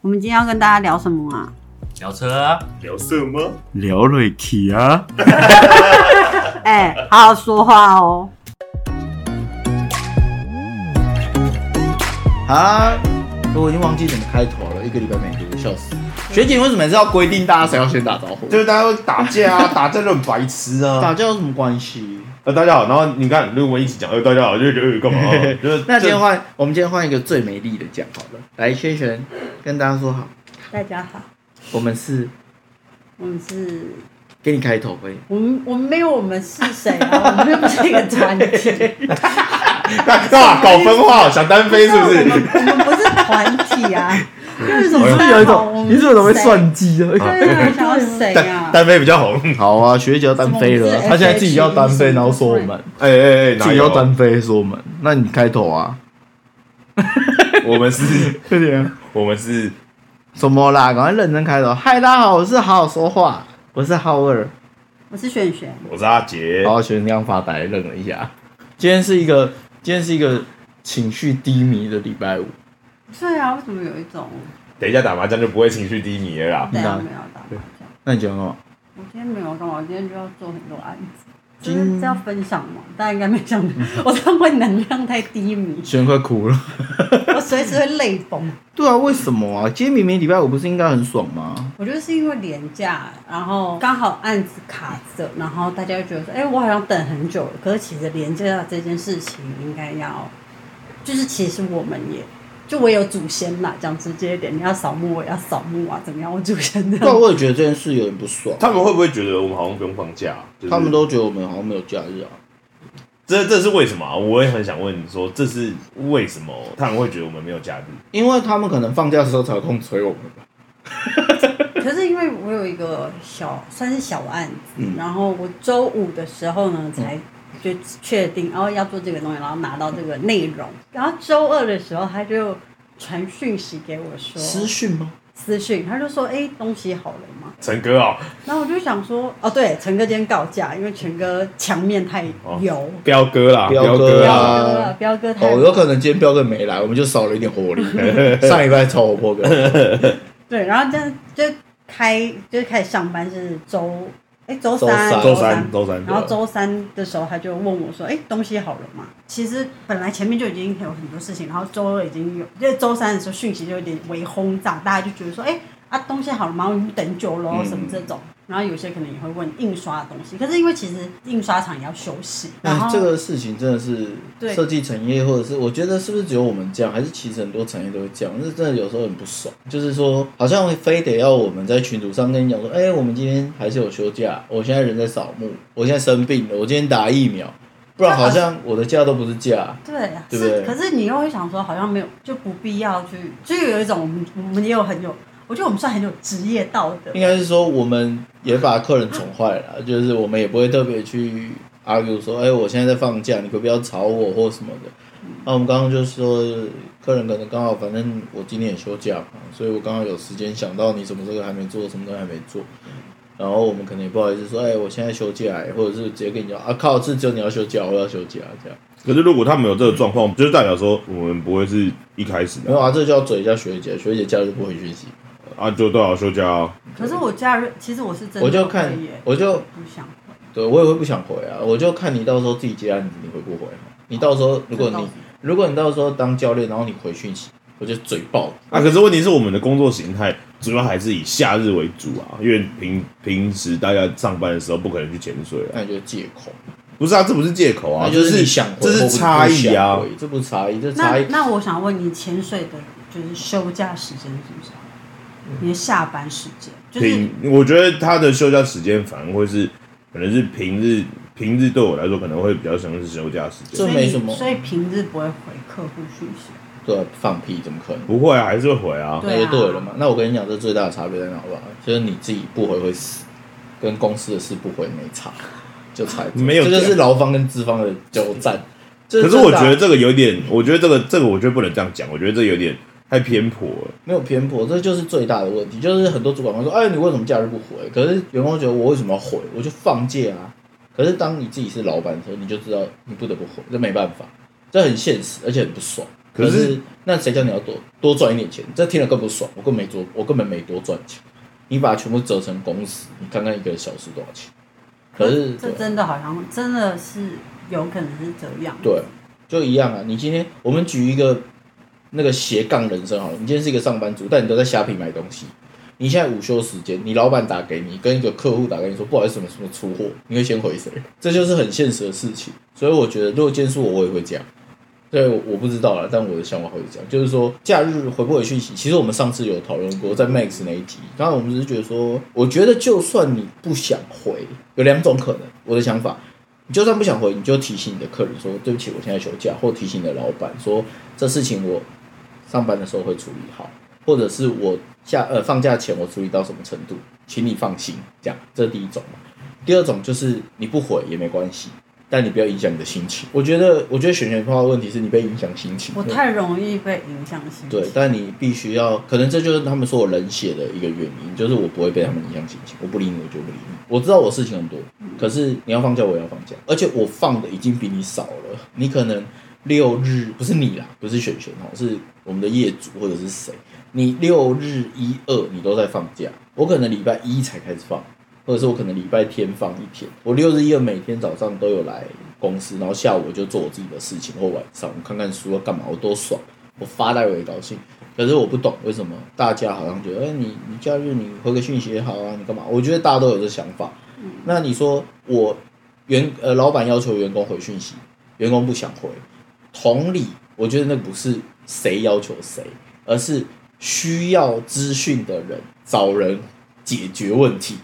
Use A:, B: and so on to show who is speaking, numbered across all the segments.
A: 我们今天要跟大家聊什么啊？
B: 聊车，啊
C: 聊色吗？
D: 聊瑞奇啊，
A: 哎、好好说话哦。
E: 啊！我已经忘记怎么开头了，一个礼拜没录，笑死。学姐，你为什么每次要规定大家谁要先打招呼？
C: 就是大家会打架啊，打架就很白 痴
E: 打
C: 啊。
E: 架有什么关系？
C: 呃，大家好，然后你看，如果我一起讲，呃，大家好，就觉得呃干嘛啊？就是
E: 那今天
C: 就
E: 换，我们今天换一个最美丽的讲好了。来，轩轩跟大家说好，
A: 大家好，
E: 我们是
A: 我们是，
E: 给你开头会。
A: 我们我们没有我们是谁啊？我们又不是一个团 体，
C: 干嘛搞分化，想单飞是不
A: 我们
C: 是？
A: 我们不是团体啊，又有什么
E: 是
A: 大
E: 有一
A: 好？我
E: 种，
A: 们
E: 你是有种会
A: 谁？
E: 算计的。
A: 对啊，想要谁啊？
C: 单飞比较红。
D: 好啊，学姐要单飞
A: 什么
D: 了，
A: 不是
D: 她现在自己要单飞，
A: FH
D: 然后说我们
C: 哎哎哎，
D: 自
C: 哪
D: 己要？
C: 有
D: 单飞，说我们，那你开头啊，
C: 我们是，
D: 快点，
C: 我们是，
D: 什么啦？赶快认真开头。嗨，大家好，我是好好说话，
E: 哇，我是浩尔。
A: 我是璇璇，
C: 我是阿杰
D: 然。后学生刚发呆，愣了一下。今天是一个，今天是一个情绪低迷的礼拜五，
A: 对啊，为什么有一种
C: 等一下打麻将就不会情绪低迷了啦。
A: 大家
D: 哪
A: 没有打麻将？
D: 那你讲干嘛？
A: 我今天没有干嘛，我今天就要做很多案子。这
D: 今
A: 是这要分享吗？大家应该没想到， 我这样会能量太低迷，
D: 学生快哭了。
A: 我随时会泪崩。
D: 对啊，为什么啊？今天明明礼拜五不是应该很爽吗？
A: 我觉得是因为廉价，然后刚好案子卡着，然后大家就觉得说，哎、我好像等很久了。可是其实廉价这件事情应该要，就是其实我们也，就我有祖先啦，讲直接一点，你要扫墓，我也要扫墓啊，怎么样？我祖先这
E: 对啊，
A: 样。
E: 我也觉得这件事有点不爽。
C: 他们会不会觉得我们好像不用放假？啊就是
E: 他们都觉得我们好像没有假日啊。
C: 这这是为什么啊？我也很想问你说，这是为什么他们会觉得我们没有假日？
E: 因为他们可能放假的时候才有空催我们吧。
A: 可是因为我有一个小，算是小案子，然后我周五的时候呢才。就确定，然后要做这个东西，然后拿到这个内容，然后周二的时候他就传讯息给我说，
E: 私讯吗？
A: 私讯，他就说：“哎、东西好了吗
C: 陈哥啊，？”
A: 然后我就想说：“哦，对，陈哥今天告假，因为陈哥墙面太油，
C: 彪哥啦，
E: 彪
C: 彪
E: 哥
C: 哥
A: 彪
C: 啦，
E: 哦啊
A: 哥啊，彪哥太
E: 哦，有可能今天彪哥没来，我们就少了一点活力。上礼拜超活泼哥，
A: 对。”然后这样就开就是开始上班是周哎、周三
E: 周三
C: 周三，周三，
E: 啊
A: 然后周三的时候他就问我说：“哎、东西好了吗？”其实本来前面就已经有很多事情，然后周二已经有，就是周三的时候讯息就有点微轰炸，大家就觉得说：“哎、啊，东西好了吗？我们等久了哦、
E: 嗯
A: 什么这种。然后有些可能也会问印刷的东西，可是因为其实印刷厂也要休息，然
E: 哎
A: 后、
E: 这个事情真的是
A: 对
E: 设计产业，或者是我觉得是不是只有我们这样，还是其实很多产业都会这样？就是真的有时候很不爽，就是说好像会非得要我们在群组上跟你讲说，哎、我们今天还是有休假，我现在人在扫墓，我现在生病了，我今天打疫苗，不然好像我的假都不是假。
A: 对，啊
E: 对不
A: 是，
E: 对
A: 可是你又会想说，好像没有就不必要去，就是有一种我们我们也有很有，我觉得我们算很有职业道德
E: 应，该是说我们也把客人宠坏了，就是我们也不会特别去 argue 说，哎、我现在在放假，你可不要吵我或什么的。那、我们刚刚就说，客人可能刚好，反正我今天也休假嘛，所以我刚好有时间想到你什么这个还没做，什么东西还没做，然后我们可能也不好意思说，哎、我现在休假、或者是直接跟你讲，啊靠，是只有你要休假，我要休假这样。
C: 可是如果他们有这个状况，就是代表说我们不会是一开始
E: 没
C: 的
E: 有啊，这就要嘴一下学姐，学姐假日不回讯息，
C: 啊，就都要休假哦。
A: 可是我假日其实我是真的欸
E: 我就看
A: 会耶，
E: 我就
A: 不想回。
E: 对我也会不想回啊，我就看你到时候自己接案子，你回不回哈？你到时
C: 哦
E: 候如果
A: 这倒
E: 你
A: 是
E: 如果你到时候当教练，然后你回讯息，我就嘴爆你。
C: 啊，可是问题是我们的工作形态主要还是以夏日为主啊，因为平平时大家上班的时候不可能去潜水啊。
E: 那你就借口，
C: 不是啊，这不是借口啊，
E: 那就
C: 这
E: 你
C: 是
E: 想回
C: 这
E: 或
C: 是
E: 不
C: 差异啊
E: 不。想回这不是差异，这
A: 那
E: 差异
A: 那我想问你，潜水的就是休假时间是不是啊？
E: 嗯
A: 你的下班时间就是
C: 平，我觉得他的休假时间反而会是，可能是平日，平日对我来说可能会比较像是休假时间
E: 这。
A: 所以
E: 没什么
A: 所以平日不会回客户讯息。
E: 对啊放屁，怎么可能？
C: 不会啊，还是会回啊。
A: 对啊
E: 那就对了嘛。那我跟你讲，这最大的差别在哪好不好？就是你自己不回会死，跟公司的事不回没差，就差一点
C: 没有
E: 这就
C: 这样
E: 是劳方跟资方的交战。这
C: 可是
E: 真
C: 我
E: 的啊
C: 觉得这个有点，我觉得这个这个我觉得不能这样讲，我觉得这有点太偏颇了。
E: 没有偏颇，这就是最大的问题。就是很多主管会说：“哎，你为什么假日不回？”可是员工觉得我为什么要回？我就放假啊。可是当你自己是老板的时候，你就知道你不得不回，这没办法，这很现实，而且很不爽。
C: 可是
E: 那谁叫你要多多赚一点钱？这听了更不爽，我根本没多，我根本没多赚钱。你把它全部折成工时，你看看一个小时多少钱？可是
A: 这
E: 对啊
A: 真的好像真的是有可能是这样。
E: 对，就一样啊。你今天我们举一个那个斜杠人生好了，你今天是一个上班族，但你都在虾皮买东西。你现在午休时间，你老板打给你，跟一个客户打给你说不好意思，什么什么出货，你会先回谁？这就是很现实的事情。所以我觉得，如果今天是我，我也会这样。对，我我不知道了，但我的想法会是这样，就是说假日回不回去其实我们上次有讨论过，在 Max 那一集，当然我们只是觉得说，我觉得就算你不想回，有两种可能，我的想法，你就算不想回，你就提醒你的客人说，对不起，我现在休假，或提醒你的老板说，这事情我上班的时候会处理好，或者是我下呃放假前我处理到什么程度，请你放心，这样，这是第一种嘛。第二种就是你不回也没关系，但你不要影响你的心情。我觉得，我觉得选选泡的问题是你被影响心情，
A: 我太容易被影响心情。
E: 对，但你必须要，可能这就是他们说我冷血的一个原因，就是我不会被他们影响心情，我不理你我就不理你。我知道我事情很多，可是你要放假我也要放假，而且我放的已经比你少了，你可能六日不是你啦，不是璇璇哦，是我们的业主或者是谁，你六日一二你都在放假，我可能礼拜一才开始放。或者是我可能礼拜天放一天，我六日一二每天早上都有来公司，然后下午我就做我自己的事情，或晚上我看看书要干嘛，我多爽，我发呆我也高兴。可是我不懂为什么大家好像觉得，哎、你你假日你回个讯息也好啊，你干嘛？我觉得大家都有这想法。那你说我员呃老板要求员工回讯息，员工不想回，同理，我觉得那不是谁要求谁，而是需要资讯的人找人解决问题。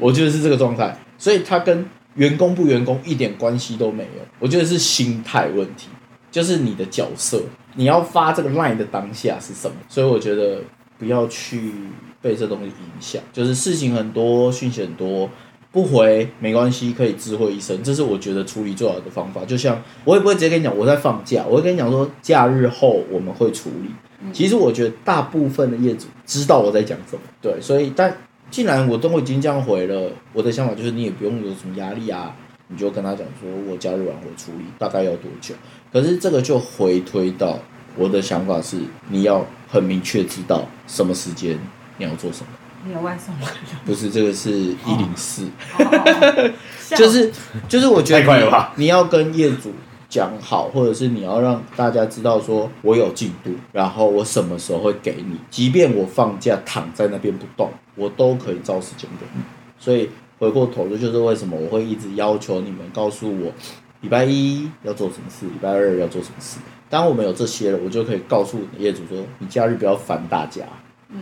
E: 我觉得是这个状态，所以他跟员工不员工一点关系都没有。我觉得是心态问题，就是你的角色，你要发这个 line 的当下是什么？所以我觉得不要去被这东西影响，就是事情很多，讯息很多。不回没关系，可以知会一声，这是我觉得处理最好的方法。就像我也不会直接跟你讲我在放假，我会跟你讲说假日后我们会处理。其实我觉得大部分的业主知道我在讲什么，对，所以但既然我都已经这样回了，我的想法就是你也不用有什么压力啊，你就跟他讲说我加入完我处理大概要多久。可是这个就回推到我的想法是，你要很明确知道什么时间你要做什么，
A: 你有外送 哦来
E: 不是这个是一零四。
A: 了，
E: 就是就是，我觉得
C: 太快了吧
E: 你要跟业主讲好，或者是你要让大家知道说我有进度，然后我什么时候会给你，即便我放假躺在那边不动，我都可以照时间给你。所以回过头，这就是为什么我会一直要求你们告诉我礼拜一要做什么事，礼拜二要做什么事。当我们有这些了，我就可以告诉你业主说，你假日不要烦大家，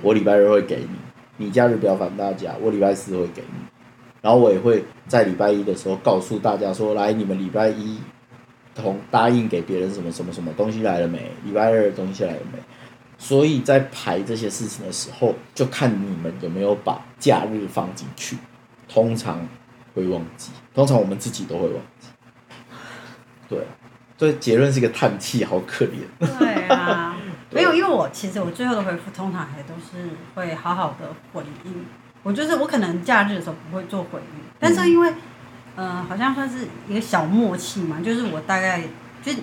E: 我礼拜二会给你；你假日不要烦大家，我礼拜四会给你。然后我也会在礼拜一的时候告诉大家说，来，你们礼拜一同答应给别人什么什么什么东西来了没？礼拜二的东西来了没？所以在排这些事情的时候，就看你们有没有把假日放进去。通常会忘记，通常我们自己都会忘记。对，啊所以结论是一个叹气，好可怜。
A: 对啊，没有，因为我其实我最后的回复通常还都是会好好的回应。我就是我可能假日的时候不会做回应，但是因为，呃，好像算是一个小默契嘛，就是我大概就是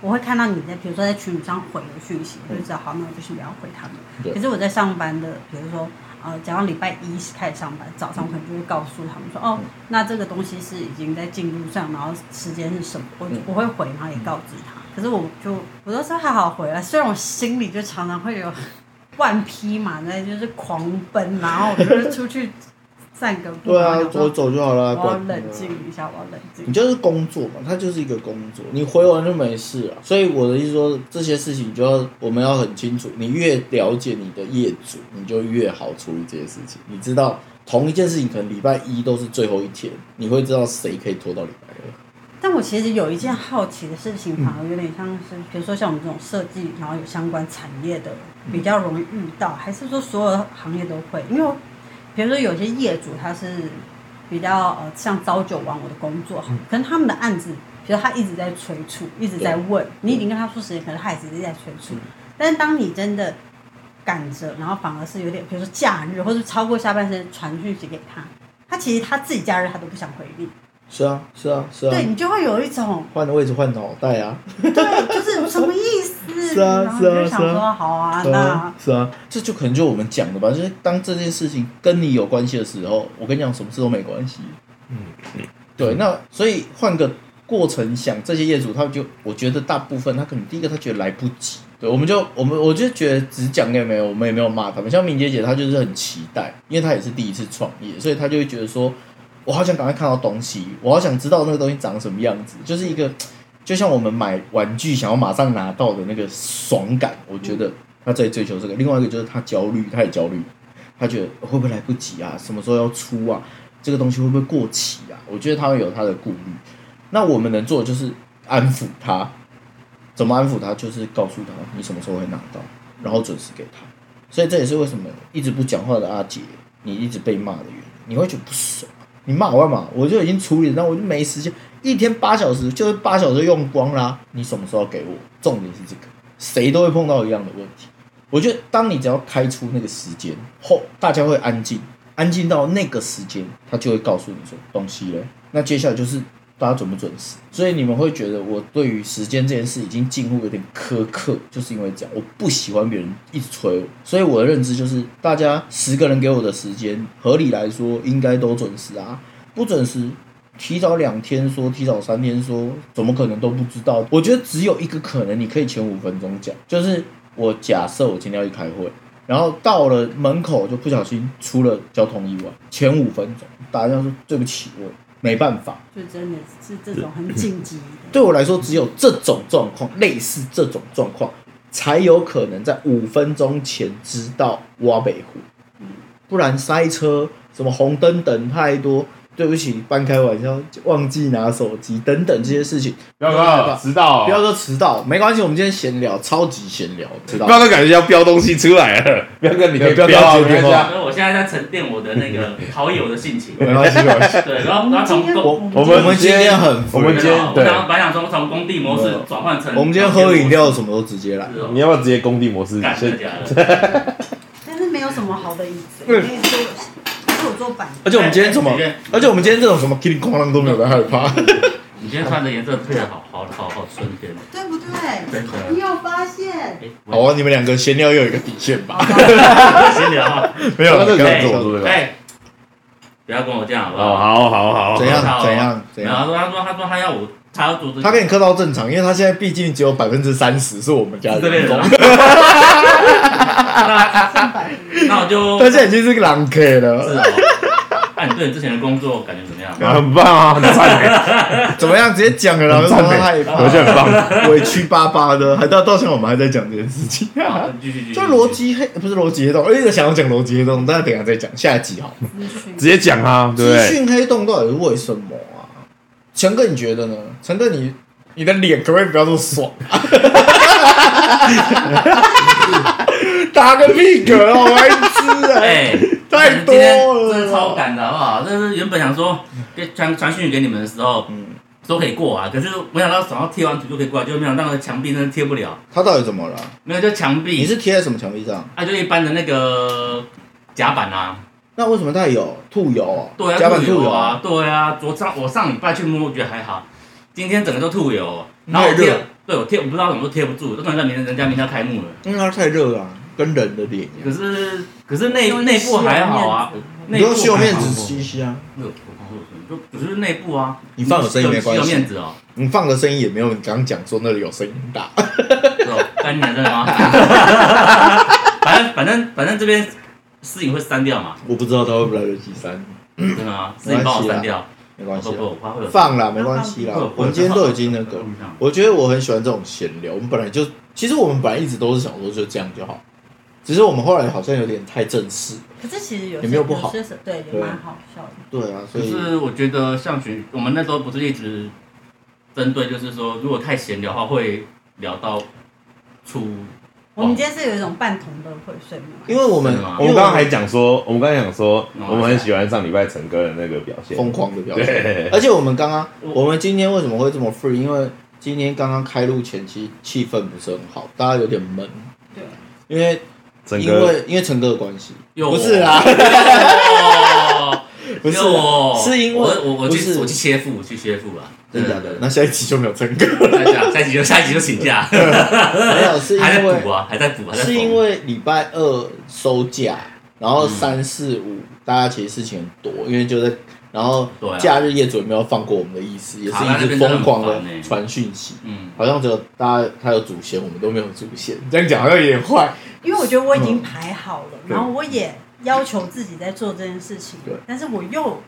A: 我会看到你在，比如说在群组上回的讯息，我就知道好，那我就先不要回他
E: 对
A: 们。可是我在上班的，比如说呃，讲到礼拜一开始上班，早上我可能就会告诉他们说，
E: 嗯
A: 哦，那这个东西是已经在进度上，然后时间是什么，我
E: 嗯
A: 我会回，然后也告知他。可是我就我都说还好回来，虽然我心里就常常会有万匹马在就是狂奔，然后我就是出去散个步，
E: 对啊
A: 然后，想说
E: 走一走就好了。
A: 我要
E: 管啊他
A: 冷静一下，我要冷
E: 你
A: 静。
E: 就是工作嘛，它就是一个工作，你回完就没事了。所以我的意思说，这些事情就要我们要很清楚，你越了解你的业主，你就越好处理这些事情。你知道同一件事情，可能礼拜一都是最后一天，你会知道谁可以拖到礼拜二。
A: 但我其实有一件好奇的事情，反而有点像是，比如说像我们这种设计，然后有相关产业的比较容易遇到，还是说所有行业都会？因为我比如说有些业主他是比较呃像朝九晚五的工作，可能他们的案子，比如他一直在催促，一直在问，你已经跟他说时间，可能他也只是在催促。但是当你真的赶着，然后反而是有点，比如说假日或者超过下班时间传讯息给他，他其实他自己假日他都不想回你，
E: 是啊，是啊，是啊
A: 对，你就会有一种。
E: 换位置换脑袋啊，
A: 对，就是什么意思？
E: 是啊
A: 然后
E: 是啊
A: 就想
E: 是
A: 说好啊，
E: 对
A: 那
E: 啊，是啊，这就可能就我们讲的吧，就是当这件事情跟你有关系的时候，我跟你讲，什么事都没关系。嗯，对，那所以换个过程想，这些业主他们就，我觉得大部分他可能第一个他觉得来不及，对，我们就我们我就觉得只讲给没有，我们也没有骂他们。像明杰姐她就是很期待，因为她也是第一次创业，所以她就会觉得说，我好想赶快看到东西，我好想知道那个东西长什么样子，就是一个就像我们买玩具想要马上拿到的那个爽感，我觉得他在追求这个。另外一个就是他焦虑，他也焦虑，他觉得会不会来不及啊？什么时候要出啊？这个东西会不会过期啊？我觉得他会有他的顾虑。那我们能做的就是安抚他，怎么安抚他？就是告诉他你什么时候会拿到，然后准时给他。所以这也是为什么一直不讲话的阿杰，你一直被骂的原因，你会觉得不爽。你骂我干嘛？我就已经处理了，那我就没时间，一天八小时就是八小时用光啦。你什么时候给我？重点是这个，谁都会碰到一样的问题。我觉得当你只要开出那个时间后，大家会安静，安静到那个时间，他就会告诉你说东西了。那接下来就是大家准不准时，所以你们会觉得我对于时间这件事已经近乎有点苛刻，就是因为这样，我不喜欢别人一直催我，所以我的认知就是，大家十个人给我的时间，合理来说应该都准时啊，不准时。提早两天说，提早三天说，怎么可能都不知道？我觉得只有一个可能，你可以前五分钟讲，就是我假设我今天要去开会，然后到了门口就不小心出了交通意外，前五分钟打电话说对不起，我没办法，
A: 就真的是这种很紧急的，
E: 对我来说，只有这种状况，类似这种状况，才有可能在五分钟前知道挖北湖。不然塞车，什么红灯等太多，对不起，半开玩笑，忘记拿手机等等这些事情，
C: 彪哥迟到，
E: 不要说迟到，没关系，我们今天闲聊，超级闲聊，知道
C: 彪？哥感觉要标东西出来了， 彪哥你可以
E: 彪哥
C: 标啊，
E: 接
C: 没关系啊
E: 电
B: 我现在在沉淀我的那个好友的性情，
E: 没关系，没关系。
B: 对，然后然后从
E: 我
B: 工，
C: 我
E: 我们今天很
C: 我们今天
B: 我
C: 对，
B: 想白想从从工地模式转换成，
E: 我们今天喝饮料什么都直接来，
B: 是哦，
C: 你要不要直接工地模式
B: 干真的
C: 先？
B: 假 的？
A: 但是没有什么好的椅子，
E: 嗯
A: 因为就只有坐板
E: 而且我们今天怎么
B: 哎哎？
E: 而且我们今天这种什么叮铃哐啷都没有在害怕。
B: 你今天穿的颜色配的好好好好春天，
A: 对不对？
B: 真的。
A: 你有发现？
B: 哎
E: 好啊，你们两个闲聊又有一个底线吧？
B: 我先聊啊，
E: 没有，
C: 那这
E: 刚刚
C: 样子
E: 走
C: 我说的吧
B: 哎，不要跟我这样好不
C: 哦，好
B: 好？
C: 好好，
E: 怎样怎样怎
B: 然
E: 样？
B: 后他说他说他要我，他要组织
E: 他给你刻到正常，因为他现在毕竟只有百分之三十是我们家
B: 之
E: 的
B: 类
E: 员
B: 的
E: 工，
B: 啦。
A: 三百
B: 那我就
E: 他现在已经是个狼 K
B: 是
E: 了。
B: 哦。 那你对你之前的工作感觉怎么样？
C: 啊很棒啊，很赞美，
E: 怎么样？直接讲了啦，
C: 很
E: 然后
C: 赞欸
E: 他害
C: 美，我觉
E: 怕，
C: 得很 棒。
E: 委屈巴巴的，还到到现在我们还在讲这件事情。
B: 好继续继续。
E: 啊就逻辑黑不是逻辑黑洞，我一直想要讲逻辑黑洞，但等一下再讲下一集好了。
A: 咨询
C: 直接讲啊，对不
E: 资
C: 对？
E: 讯黑洞到底是为什么啊？陈哥，你觉得呢？陈哥你，你的脸可不可以不要这么爽、啊？ 打个屁嗝哦，白痴啊！
B: 哎，
E: 太多了
B: 真的超赶的好不好？但是原本想说给传传讯息给你们的时候
E: 嗯，
B: 都可以过啊，可是我想到想要贴完图就可以过来，就没想到那个墙壁真的贴不了，
E: 他到底怎么了？
B: 没有就墙
E: 你
B: 壁，
E: 是贴在什么墙壁上？
B: 啊就一般的那个甲板啊，
E: 那为什么他有兔油、哦？
B: 对啊，
E: 甲板
B: 油
E: 油，
B: 啊，对啊，昨上我上礼拜去摸，我觉得还好，今天整个都吐油，然后
E: 太
B: 我
E: 热
B: 贴，对我贴，我不知道怎么都贴不住，就突然在明天人家明天要开幕了，
E: 因为它太热了、跟人的脸一
B: 可
E: 样。
B: 是可是内内部还好啊，
E: 嗯你
B: 内部
E: 用修面
B: 还好
E: 纸吸一吸啊，
B: 那个就只是内部啊，
E: 你放有声音没关系
B: 有面子哦，
E: 你放的声音也没有你刚刚讲说那里有声音大。
B: 是哦，干你娘真的吗？ 反正反正反正这边私影会删掉嘛，
E: 我不知道他会不会来得及删，
B: 真的吗？私影帮我删掉，
E: 没
B: 我
E: 关系
B: 会
E: 啊、
B: 我怕会有
E: 放啦，没关系啦
B: 会有，
E: 我们今天都已经那个。我觉得我很喜欢这种闲聊。我们本来就，其实我们本来一直都是想说就这样就好，只是我们后来好像有点太正式。
A: 可是其实有
E: 也没有不好
A: 些是对，也蛮好笑的。
E: 对啊，所
B: 可
E: 以
B: 是我觉得像群，我们那时候不是一直针对，就是说如果太闲聊的话，会聊到出
A: 我们今天是有一种半同的会睡眠，
E: 因为我们
B: 是吗
C: 我们刚刚还讲说，我们刚刚讲说，
B: 嗯
C: 我们很喜欢上礼拜陈哥的那个表现，
E: 疯狂的表现，
C: 对，
E: 而且我们刚刚
B: 我
E: 我们今天为什么会这么 free？因为今天刚刚开录前期气氛不是很好，大家有点闷，
A: 对，
E: 因为
C: 陈
E: 因
C: 哥
E: 为因为陈哥的关系，
B: 又
E: 不是啦，
B: 哦
E: 啊 不是啊
B: 我，
E: 是因为
B: 我我我
E: 不
B: 去
E: 是
B: 我去切腹，我去切腹了。
E: 真的假
B: 嗯
E: 的？那下一集就没有真哥，
B: 下一集啊下一集就下一集就请假，
E: 没有是因
B: 还在
E: 为
B: 补啊，还在补，还在
E: 是
B: 缝
E: 因为礼拜二收假，然后三四五大家其实事情很多，因为就在然后
B: 对啊
E: 假日业主也没有放过我们的意思，也是
B: 卡在那
E: 一直
B: 边真
E: 疯
B: 的
E: 狂
B: 很
E: 的
B: 烦欸
E: 传讯息，
B: 嗯，
E: 好像只有大家他有祖先，我们都没有祖先，这样讲好像有点坏。
A: 因为我觉得我已经排好了，
E: 嗯对
A: 然后我也要求自己在做这件事情
E: 对，
A: 但是我又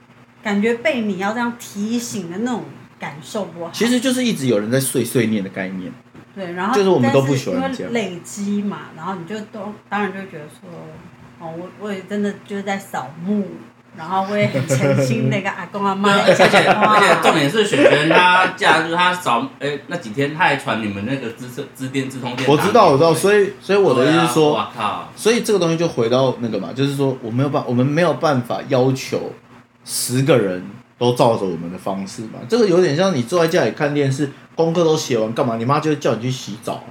A: 感觉被你要这样提醒的那种感受不好。
E: 其实就是一直有人在碎碎念的概念，
A: 对，然后
E: 就是我们都不喜欢
A: 但是
E: 这
A: 因为
E: 样
A: 累积嘛，然后你就都当然就会觉得说，哦，我我也真的就是在扫墓，然后我也很诚心那个阿公阿妈
B: 对，
A: 在
B: 而且
A: 讲话
B: 而且重点是雪轩他假日他早哎那几天他还传你们那个资资电资通电打
E: 我
B: 给，
E: 知道，我知道，所以所以我的意思是说，
B: 对啊我靠，
E: 所以这个东西就回到那个嘛，就是说我没有办，我们没有办法要求十个人都照着我们的方式嘛。这个有点像你坐在家里看电视，功课都写完，干嘛？你妈就会叫你去洗澡啊、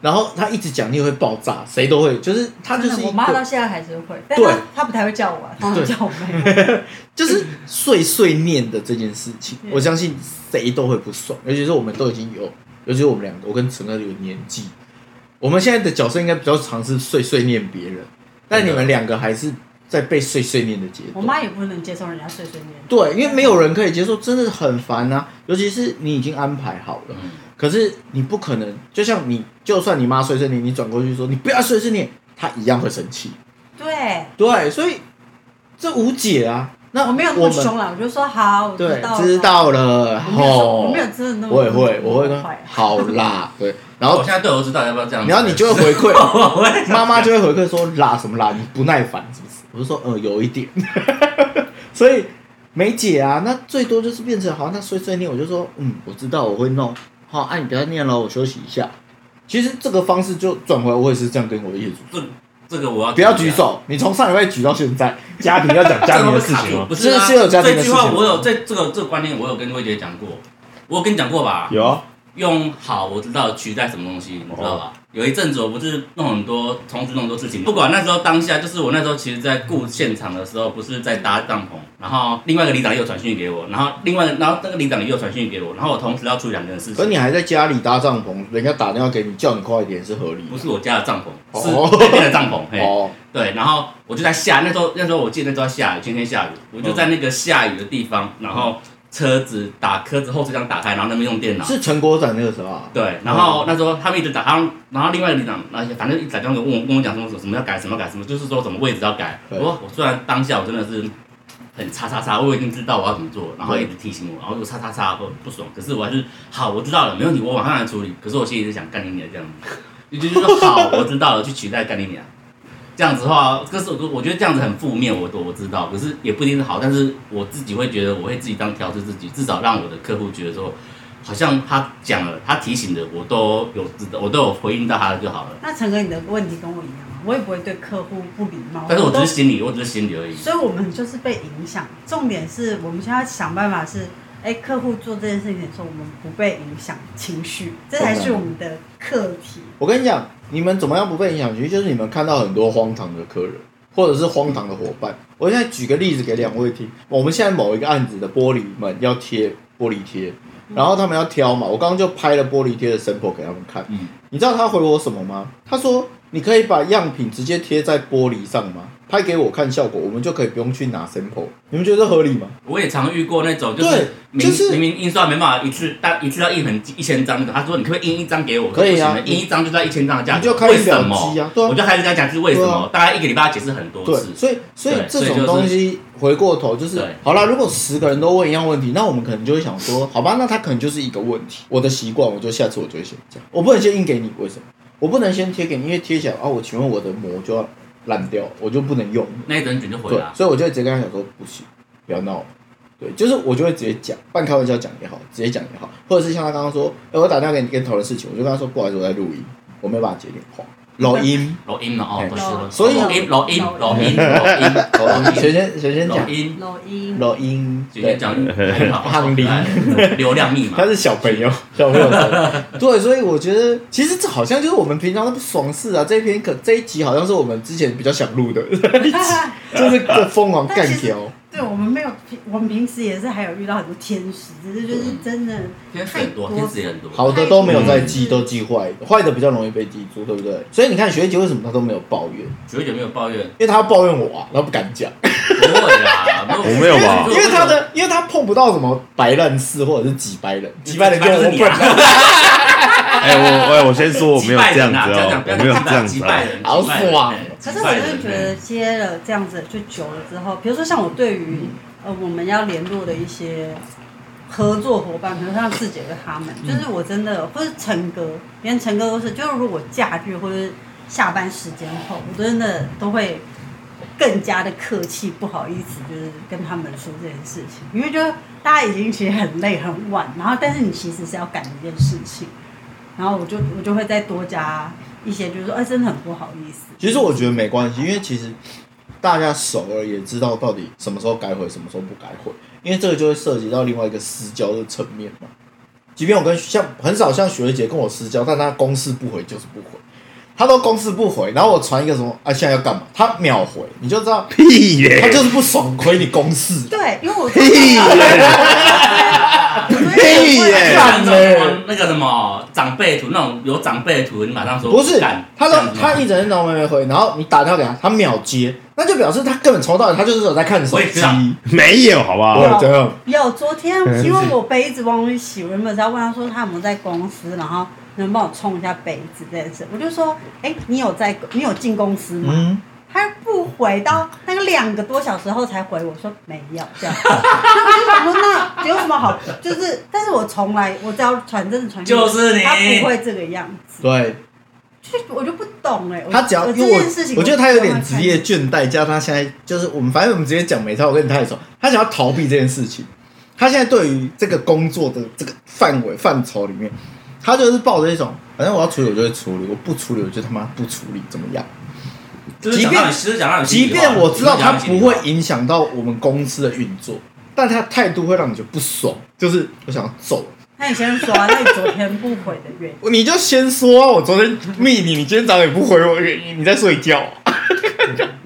E: 然后她一直讲，你也会爆炸，谁都会，就是她就
A: 真
E: 是
A: 的，
E: 一
A: 我妈到
E: 个，
A: 现在还是会，但她
E: 对
A: 她不太会叫我、啊，她会
E: 对
A: 叫我妹。
E: 就是碎碎念的这件事情，
A: 对
E: 我相信谁都会不爽，尤其是我们都已经有，尤其是我们两个，我跟陈哥有年纪，我们现在的角色应该比较常是碎碎念别人，但你们两个还是在被碎碎念的阶
A: 我
E: 段。
A: 妈也不能接受人家碎碎念。
E: 对，因为没有人可以接受，真的很烦啊！尤其是你已经安排好了，
B: 嗯，
E: 可是你不可能，就像你，就算你妈碎碎念，你转过去说你不要碎碎念，她一样会生气。
A: 对，
E: 对，所以这无解啊。那
A: 我没有那
E: 我
A: 么
E: 们
A: 凶啦，我就说好，我
E: 对
A: 知道，，
E: 知。道了，
A: 我没有说，
E: 吼，
B: 哦
A: 我没有真的那么，
E: 我也会，我会
A: 那么
E: 跟
A: 坏
E: 好 啦，对，然
B: 我
E: 后
B: 现在对我知道要不要这样子，
E: 然后你就会回馈，
B: 我会
E: 妈妈就会回馈说啦什么啦，你不耐烦是不是？我就说呃有一点， 所以没解啊，那最多就是变成好，那碎碎念，我就说嗯我知道我会弄，好，啊你不要念了，我休息一下。其实这个方式就转回来，我也是这样跟我的业主说，
B: 这这个啊我要
E: 不要举，手，你从上礼拜举到现在，
C: 家庭要讲
B: 这
C: 家
B: 个
C: 庭
B: 会
C: 的
B: 被
C: 事
B: 卡
C: 情
B: 住，
C: 吗？
B: 不是啊，
E: 这是有家庭的
B: 这句
E: 事
B: 话
E: 情
B: 我有这这个这个观念我有跟薇姐讲过，我有跟你讲过吧？
C: 有啊，
B: 用好我知道取代什么东西，你知道吧？
E: 哦
B: 有一阵子我不是弄很多重复弄很多事情，不管那时候当下，就是我那时候其实在顾现场的时候，不是在搭帐篷，哦然后另外一个里长又传讯给我，然后另外然后那个里长又传讯给我，然后我同时要处理两件事
E: 可是
B: 情，
E: 你还在家里搭帐篷，人家打电话给你叫你快一点是合理
B: 不
E: 的
B: 是我家的帐篷，是
E: 哦
B: 那边的帐篷，嘿。
E: 哦，
B: 对，然后我就在下，那时候那时候我记得那时候下雨，天天下雨，我就在那个下雨的地方，然后车子打车子后车厢打开，然后那边用电脑。
E: 是陈国展那个时候啊，
B: 哎对，然后那时候他们一直打，然后然后另外一个里长，而且反正一直打电话跟我跟我讲什么什么要改什么要改什么，就是说什么位置要改。
E: 对
B: 我我虽然当下我真的是很叉叉叉，我已经知道我要怎么做，然后一直提醒我，然后我叉叉叉我不爽，可是我还是好我知道了，没问题，我马上来处理。可是我心里是想干你娘这样子，也就是说好我知道了去取代干你娘。这样子的话，可是我我觉得这样子很负面，我我知道，可是也不一定是好，但是我自己会觉得我会自己当调试自己，至少让我的客户觉得说，好像他讲了，他提醒的我都有知道，我都有回应到他的就好了。
A: 那陈哥，你的问题跟我一样啊，我也不会对客户不礼貌。
B: 但是我只
A: 都
B: 是心里，我只是心里而已。
A: 所以我们就是被影响。重点是我们现在想办法是，哎，客户做这件事情的时候，我们不被影响情绪，这才是我们的课题。
E: 我跟你讲，你们怎么样不被影响？其实就是你们看到很多荒唐的客人，或者是荒唐的伙伴。我现在举个例子给两位听。我们现在某一个案子的玻璃门要贴玻璃贴，然后他们要挑嘛，我刚刚就拍了玻璃贴的 sample 给他们看。
B: 嗯
E: 你知道他回我什么吗？他说：“你可以把样品直接贴在玻璃上吗？拍给我看效果，我们就可以不用去拿 sample。你们觉得这合理吗？”
B: 我也常遇过那种，就是
E: 对
B: 明
E: 就是
B: 明明印刷没办法一次，但一次要印很一千张的，他说你可不可以印一张给我？
E: 可以啊
B: 我说不行印一张就到一千张的价
E: 你
B: 格，
E: 就开
B: 为
E: 始
B: 什
E: 了
B: 么
E: 机？啊，对啊
B: 我，就开始跟他讲是为什
E: 对
B: 么，大概一个礼拜要解释很多
E: 对
B: 次，。
E: 所以所以
B: 对
E: 这
B: 所以
E: 种
B: 就是
E: 东西回过头就是
B: 对
E: 好啦，如果十个人都问一样问题，那我们可能就会想说，好吧，那他可能就是一个问题。我的习惯，我就下次我就会先这样，我不能先印给你，为什么？我不能先贴给你，因为贴起来啊，我请问我的膜就要烂掉，我就不能用。
B: 那一整卷就回啊
E: 对
B: 来，。
E: 所以我就会直接跟他讲说，不行，不要闹了。对，就是我就会直接讲，半开玩笑讲也好，直接讲也好，或者是像他刚刚说，哎、我打电话给你跟你讨论事情，我就跟他说，不好意思，我在录音，我没办法接电话，录音。
B: 录音了哦，不是
A: 对，
E: 所以
B: 录音录音
A: 录
B: 录音 录
E: 好，谁先谁先
B: 音
E: 讲
B: 录？音，
A: 老鹰，
E: 录音，
B: 今天
E: 对，
B: 讲很好，
E: 翰林
B: 流量密码
E: 他，是小朋 友，小朋友才。对，所以我觉得其实这好像就是我们平常的不爽事啊。这一 篇可这一集好像是我们之前比较想录的，就是这疯狂干
A: 但其实
E: 掉。
A: 对我们没有，我们平时也是还有遇到很多天使，只是就是真的
B: 天使很多，
A: 太
B: 天
A: 多
B: 使也很多。
E: 好的都没有在
A: 太
E: 记，
A: 多
E: 都记坏的，坏的比较容易被记住，对不对？所以你看学姐为什么她都没有抱怨，
B: 九九没有抱怨，
E: 因为她抱怨我啊，她不敢 讲，
B: 不会啦，
C: 我没有吧
E: 因为她的，因为她碰不到什么白烂事或者是几白人，几白人就
B: 就
E: 我
B: 是
E: 不
B: 你啊
E: 能。
C: 哎、我哎、我先说我没有这样子
B: 击败人啊
C: 哦、我
B: 不要讲
C: 没有
B: 击败
C: 这样
B: 击
C: 子、
B: 败
C: 啊。
B: 人，
E: 好爽
A: 可是我真的觉得接了这样子就久了之后，比如说像我对于呃我们要联络的一些合作伙伴，比如像志姐跟他们，
E: 嗯
A: 就是我真的或是陈哥，连陈哥都是，就是如果假日或者是下班时间后，我真的都会更加的客气，不好意思，就是跟他们说这件事情，因为就大家已经其实很累很晚，然后但是你其实是要赶一件事情，然后我就我就会再多加一些，就是说，哎、真的很不好意思。
E: 其实我觉得没关系，因为其实大家熟了也知道到底什么时候该回，什么时候不该回，因为这个就会涉及到另外一个私交的层面嘛。即便我跟像很少像雪姐跟我私交，但她公事不回就是不回，她都公事不回，然后我传一个什么啊现在要干嘛，她秒回，你就知 道
C: 屁耶、
E: 她就是不爽，亏你公事。
A: 对，因为我
C: 屁耶、
E: 屁耶
B: 那
C: 欸
B: 种那个什么长辈图，那种有长辈图，你马上说
E: 不是，她
B: 说
E: 说她一整天都没回，然后你打电话给她，她秒接，那就表示她根本从头到尾她就是有在看手
B: 我也知
E: 机
B: 道。
C: 没有好不好？
E: 对，这啊样。
A: 有昨天，因为我杯子忘记洗，我原本是要问他说他有没有在公司，然后能帮我冲一下杯子这件事，我就说，哎、你有在，你有进公司吗？
E: 嗯，
A: 他不回到那个两个多小时后才回我说没有这样， 那我就想说那有什么好？就是，但是我从来我只要传真的传讯息，
B: 就是你
A: 他不会这个样子，
E: 对，
A: 就我就不懂哎、我
E: 他只要
A: 我
E: 因
A: 这
E: 为我
A: 件事情，
E: 我觉得他有点职业倦怠，加上他现在就是我们，反正我们直接讲没差，我跟你太熟，他想要逃避这件事情。他现在对于这个工作的这个范围范畴里面，他就是抱着一种，反正我要处理我就会处理，我不处理我就他妈不处理，怎么样？
B: 就是讲到你，就是讲到你，
E: 即便我知道他不会影响到我们公司的运作，但他态度会让你觉得不爽，就是我想要走。
A: 那你先说、啊，那你昨天不回的原因？
E: 你就先说、啊，我昨天密你，你今天早上也不回我，你你在睡觉啊、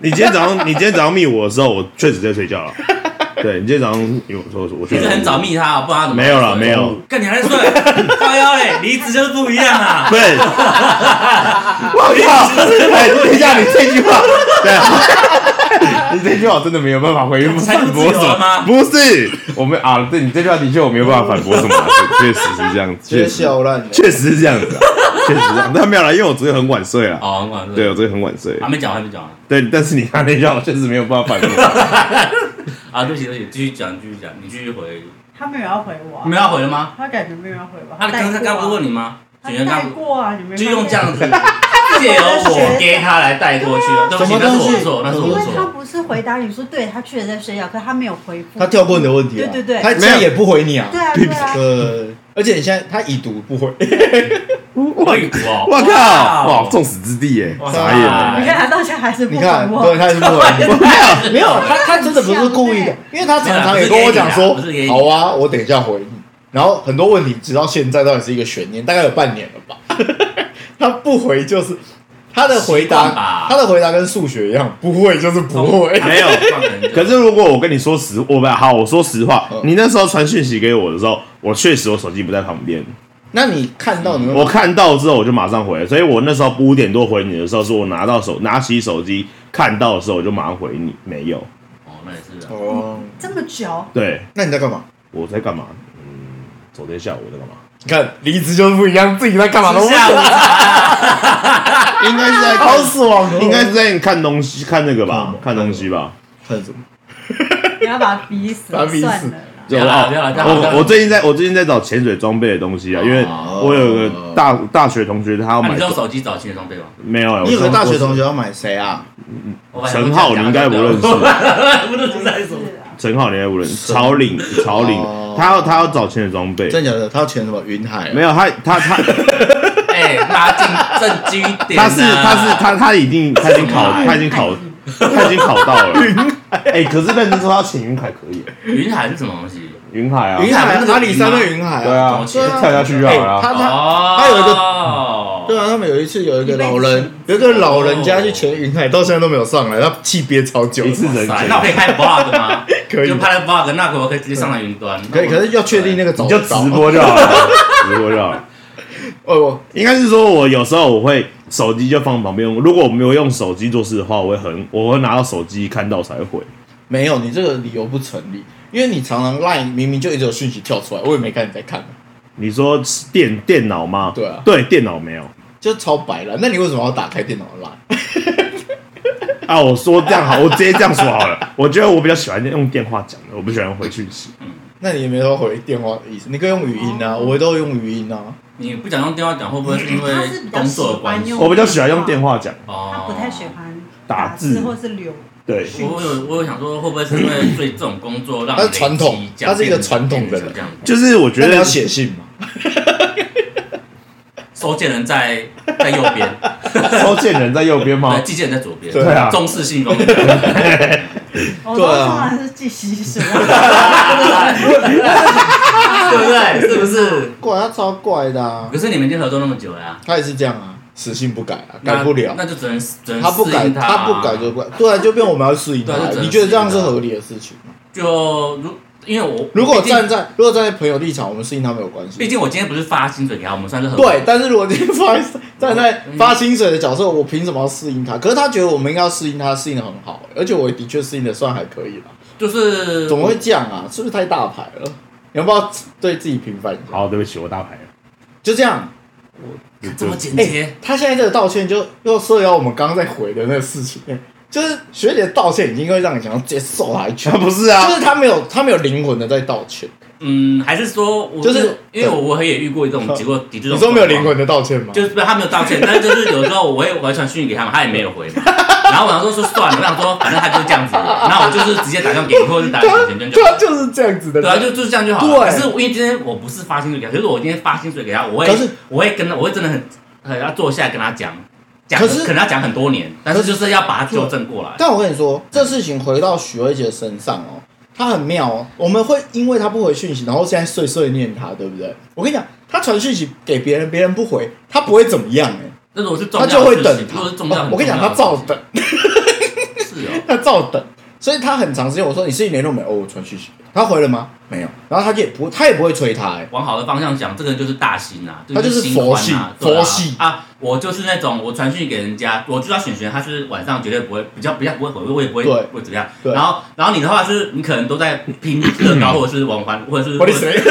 C: 你今天早上你今天早上密我的时候，我确实在睡 觉了。对你今天早上有我说我确
B: 你
C: 实
B: 是很早密他，不然他怎么
C: 没有了没？有，
B: 干你还在睡， 靠腰嘞，离职就是不一样啊！
C: 不 是。我靠！哎，等一下，你这句话，对啊， 你这句话真的没有办法回复
B: 才
C: 反
B: 不
C: 驳
B: 自
C: 什
B: 由吗
C: 么？不是，我们啊，对你这句话的确我没有办法反驳什 么啊，确实是这样，确
E: 直接
C: 实
E: 笑烂了。
C: 确实是这样子啊，确实是这样。但没有了，因为我昨天很晚睡了。
B: 哦，很晚
C: 对，我昨天很晚睡。
B: 还没讲，还没讲完
C: 对，但是你刚才让我确实没有办法反 驳。
B: 啊！对不起，对不起，继续讲，继续讲，你继续回。
A: 他没有要回我、啊
B: 你。们要回了吗？
A: 他感觉没有人回吧？
B: 他刚他刚不是问
A: 你，
B: 你吗？
A: 他
B: 警员
A: 带
B: 刚不
A: 过啊，你没
B: 就
A: 发
B: 用
A: 现
B: 这样 子，借由我给他来带过去了。对不起，那是我的错，那是
A: 因
B: 我的
A: 为他
B: 错。
A: 不是回答你说对，他确实在睡觉，可他没有回复。
E: 他跳过你的问题、啊，
A: 对对对
E: 他现在也不回你啊，
A: 对啊对啊，
E: 呃，而且你现在他已读不回，
C: 我
B: 会哦，
C: 我靠！哇，众矢之的耶！
B: 哇
C: 傻眼了。
A: 你看他到现在还是不
E: 你
A: 回
E: 看，对，
A: 我。
E: 他也是不回你，
C: 没
E: 没有，他他真的不是故意的，因为他常常也跟我讲说
B: 不是给，你啊不是给
E: 好
B: 你
E: 啊，我等一下回你，然后很多问题直到现在到底是一个悬念，大概有半年了吧， 他不回就是他的回
B: 习惯
E: 答
B: 吧，哦
E: 他的回答跟数学一样，不会就是不会，
C: 没有可是如果我跟你说实，我不好，我说实话
E: 嗯，
C: 你那时候传讯息给我的时候，我确实我手机不在旁边，
E: 那你看到你会
B: 嗯
C: 我看到之后我就马上回，所以我那时候五点多回你的时候，是我拿到手拿起手机看到的时候，我就马上回你，没有。
B: 哦，那也是啊。
E: 哦，
A: 这么久，
C: 对，
E: 那你在干嘛？
C: 我在干嘛？嗯，昨天下午我在干嘛？
E: 你看离职就是不一样，自己在干嘛都不知
B: 下午
E: 道，
B: 茶，
C: 应该 是在
E: 好
C: 看，
E: 爽哦，
C: 应该是在看东西，看那个吧，
B: 嗯
E: 看
C: 看
E: 什么
C: 东西吧。
E: 看什么？
A: 你要把他逼死，
E: 把他逼死
A: 算了啦。
B: 不要啦不要啦不要啦
C: 啊我我最近在我最近在找潜水装备的东西啊，因为
E: 哦
C: 我有个大大学同学，他要
B: 那
C: 买
B: 啊你用手机找清洁装备吗？
C: 没有欸，
E: 你有
C: 我
E: 个
C: 从
E: 大学同学要买谁啊？
B: 我
C: 我
B: 把
C: 陈浩，你应该不认识。
B: 不认识在什么？
A: 是啊
C: 陈浩，你应该不认识。
E: 陈
C: 曹岭，曹岭
E: 哦，
C: 他要他要找潜水装备，
E: 真的假的？他要潜什么云海、啊
C: 没
E: 有，
C: 有他 他他
B: 哎，拿进正经点
C: 他
B: 啊。
C: 是他是他他已经他已经考他已经考他已经考到了。哎，可是认真说他请云海可以，
B: 云海是什么东西？
C: 云海啊，
E: 云海啊，
B: 那个
E: 阿里山的云海
C: 对
E: 啊。
C: 啊，
B: 对啊
C: 跳下去就好了啊。
E: 哎他他
B: 哦，
E: 他有一
B: 个
E: 对啊，他们有一次有一个老人，有一个老人家去潜云海，到现在都没有上来，他气憋超久
C: 一。次人
B: 那我可以开 vlog 吗？
E: 可以
B: 就，拍了 bug，那个我可以直接上传云端。
E: 可以，可是要确定那个早
C: 你就直播就好了， 直播就好了。
E: 哦，我
C: 应该是说，我有时候我会手机就放旁边，如果我没有用手机做事的话，我会很，我会拿到手机看到才回。
E: 没有，你这个理由不成立，因为你常常 line 明明就一直有讯息跳出来，我也没看你在看啊，
C: 你说电电脑吗？
E: 对啊
C: 对，电脑没有
E: 就超白了。那你为什么要打开电脑的 line？
C: 啊。我说这样好，我直接这样说好了。 我觉得我比较喜欢用电话讲的，我不喜欢回讯息。
E: 那你也没有回电话的意思，你可以用语音
B: 哦
E: 啊，我都用语音啊。
B: 你不想用电话讲，会不会是因
A: 他
B: 为
A: 是比较
B: 工作的
A: 喜欢
B: 关系？
A: 用
C: 我比较喜欢用电话讲，
A: 他
B: 哦，
A: 不太喜欢
C: 打字
A: 或是留
C: 对，
B: 我有我有想说，会不会是因为对这种工作让
E: 他是传统
B: 累积讲
E: 他是一个传统的人
B: 变成这样
C: 就是我觉
E: 那你要
C: 得
E: 写信嘛？
B: 收件人在在右边，呃
C: 收件人在右边 吗
B: 对，？寄件人在左边，
E: 对
C: 啊
B: 中式信封。
A: 我
E: 对
A: 都
E: 啊
A: 当然是寄稀疏，
B: 对不对？是不是？
E: 怪他超怪的啊
B: 可，是你们已经合作那么久了啊，
E: 他也是这样啊，死性不改啊，
B: 那
E: 改不了
B: 那。就只能只能
E: 他不
B: 适
E: 改，
B: 应他
E: 他
B: 啊
E: 不改就不改，对啊，就变我们要适应他
B: 对啊就只。能
E: 你觉得这样是合理的事情吗？
B: 就如因为我
E: 如果
B: 毕竟
E: 站在如果站在朋友立场，我们适应他没有关系。
B: 毕竟我今天不是发薪水给他，我们算是合作
E: 对，但是如果今天发站在发薪水的角色，我凭什么要适应他？
B: 嗯
E: 可是他觉得我们应该要适应他，适应的很好，而且我也的确适应的算还可以啦。
B: 就是
E: 怎么会这样啊？是不是太大牌了？你要不要对自己平反一下？
C: 好，对不起，我大牌了。
E: 就这样。
B: 这么简
E: 哎、
B: 洁？
E: 他现在这个道歉就又涉及到我们刚刚在回的那个事情，哎就是学姐的道歉已经会让你想要直接揍他一拳
C: 啊，，不是啊
E: 就，是他没有他没有灵魂的在道歉。
B: 嗯，还是说我
E: 就是
B: 因为我我也遇过 这种结果，的确
E: 你说没有灵
B: 魂。
E: 魂的道歉吗？
B: 就是不是他没有道歉，但是就是有时候我会我还传讯息给他们，他也没有回嘛。然后我想说说算了，我想说反正他就是这样子，那我就是直接打电话给你，或者是打给前前就好
E: 他啊就是这样子的人，
B: 对啊，就就是这样就好了。
E: 对
B: 可是因为今天我不是发薪水给他，可是我今天发薪水给他，我
E: 可
B: 会
E: 是
B: 我会跟他，我会真的很很要坐下来跟他讲，讲
E: 可是
B: 能要讲很多年，但是就是要把他纠正过来。
E: 但我跟你说，这事情回到许慧姐身上哦，她很妙哦。我们会因为她不回讯息，然后现在碎碎念她，对不对？我跟你讲，她传讯息给别人，别人不回，她不会怎么样哎、
B: 但是我是重
E: 她
B: 要
E: 就会
B: 的
E: 等
B: 事情，
E: 她。
B: 如果是重要
E: 哦
B: 很重要的事情，
E: 我跟你讲，她照等，
B: 是哦。
E: 她照等，所以她很长时间我说你事情联络没有？哦，我传讯息，她回了吗？没有，然后她就也不，她也不会催她哎、
B: 往好的方向想，这个人就是大心啊，这
E: 他
B: 个
E: 就是
B: 心宽
E: 佛系
B: 啊，对啊
E: 佛系
B: 啊！我就是那种我传讯给人家，我知道选选他是晚上绝对不会比较比较不会回，我也不会
E: 对
B: 会怎么样。
E: 对
B: 然后然后你的话是你可能都在拼乐高或者是 王环或者是
E: 我的谁？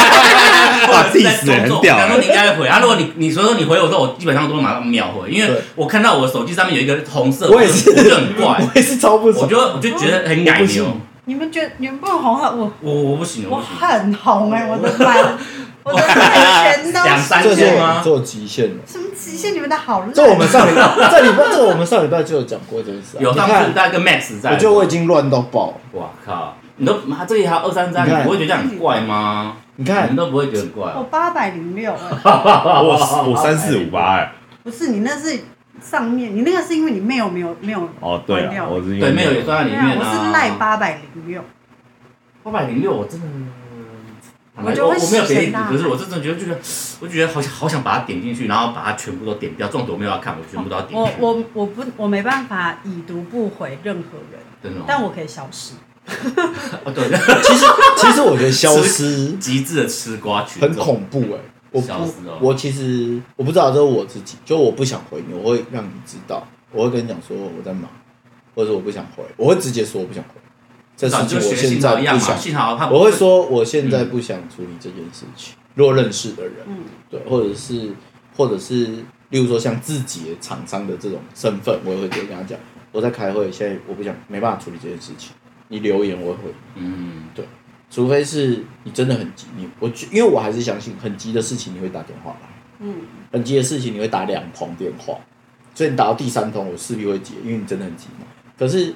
B: 哇
C: 哇，diss 人很屌欸
B: 然后你应该回啊。如果你你所以说你回我之后，我基本上都会马上秒回，因
E: 对
B: 为我看到我手机上面有一个红色，
E: 我也是
B: 我就很 怪，
E: 我也是超不
B: 我
E: 爽。
B: 就我就觉得很奶
E: 我不信
B: 牛，
A: 你们觉得你们不红啊？我
B: 我我不行，我
A: 我
B: 不行。
A: 很红哎、我的满我的满全都
B: 两
A: 是
B: 三
E: 这是
B: 件
E: 我们
B: 吗？
E: 做极限了。
A: 什么极限？你们的好烂，
E: 这我们上礼 拜，这礼拜，这我们上礼拜就有讲过这件事、啊。
B: 有
E: 你
B: 上
E: 看
B: 次在跟 Max 在，
E: 我觉得我已经乱到爆了。
B: 哇靠！你都妈这里还有二三张，
E: 你
B: 你
E: 看
B: 不会觉得这样很怪吗？
E: 你
B: 你们
E: 看，哦
B: 都不会觉得很怪
A: 我。八百零六哎。
C: 我我三四五八哎。
A: 不是你那是上面，你那个是因为你 mail 没有没有
C: 哦，对
A: 关
C: 啊，
A: 掉
C: 我是因
B: 对，
C: 为
B: 没有也算在里
A: 对啊
B: 面
A: 我
B: 啊。
A: 是赖八百零六，
B: 八百零六，我真的。
A: 我就会
B: 我没有别的意
A: 死神
B: 思
A: 啊，
B: 可是我真的觉得这个，我就觉得好想好想把它点进去，然后把它全部都点掉。纵使我没有要看，我全部都要点
A: 我
B: 进去。
A: 我我不我没办法已读不回任何人，
B: 真的哦，
A: 但我可以消失。
B: 哦对，
E: 其实其实我觉得消失
B: 极致的吃瓜群
E: 很
B: 众
E: 恐怖哎、我不
B: 消失哦
E: 我其实我不知道，这是我自己，就我不想回你，我会让你知道，我会跟你讲说我在忙，或者我不想回，我会直接说我不想回，这事
B: 早
E: 情
B: 就
E: 我
B: 学
E: 现
B: 幸
E: 在
B: 好一样
E: 不
B: 嘛，
E: 想，
B: 幸好他不
E: 我会说我现在不想处理这件事情。如果认识的人，
A: 嗯，
E: 对，或者是或者是，例如说像自己的厂商的这种身份，我也会直接跟他讲，我在开会，现在我不想没办法处理这件事情，你留言我会回。
B: 嗯，
E: 除非是你真的很急，你我觉因为我还是相信很急的事情你会打电话来，
A: 嗯，
E: 很急的事情你会打两通电话，所以你打到第三通我势必会接，因为你真的很急嘛。可是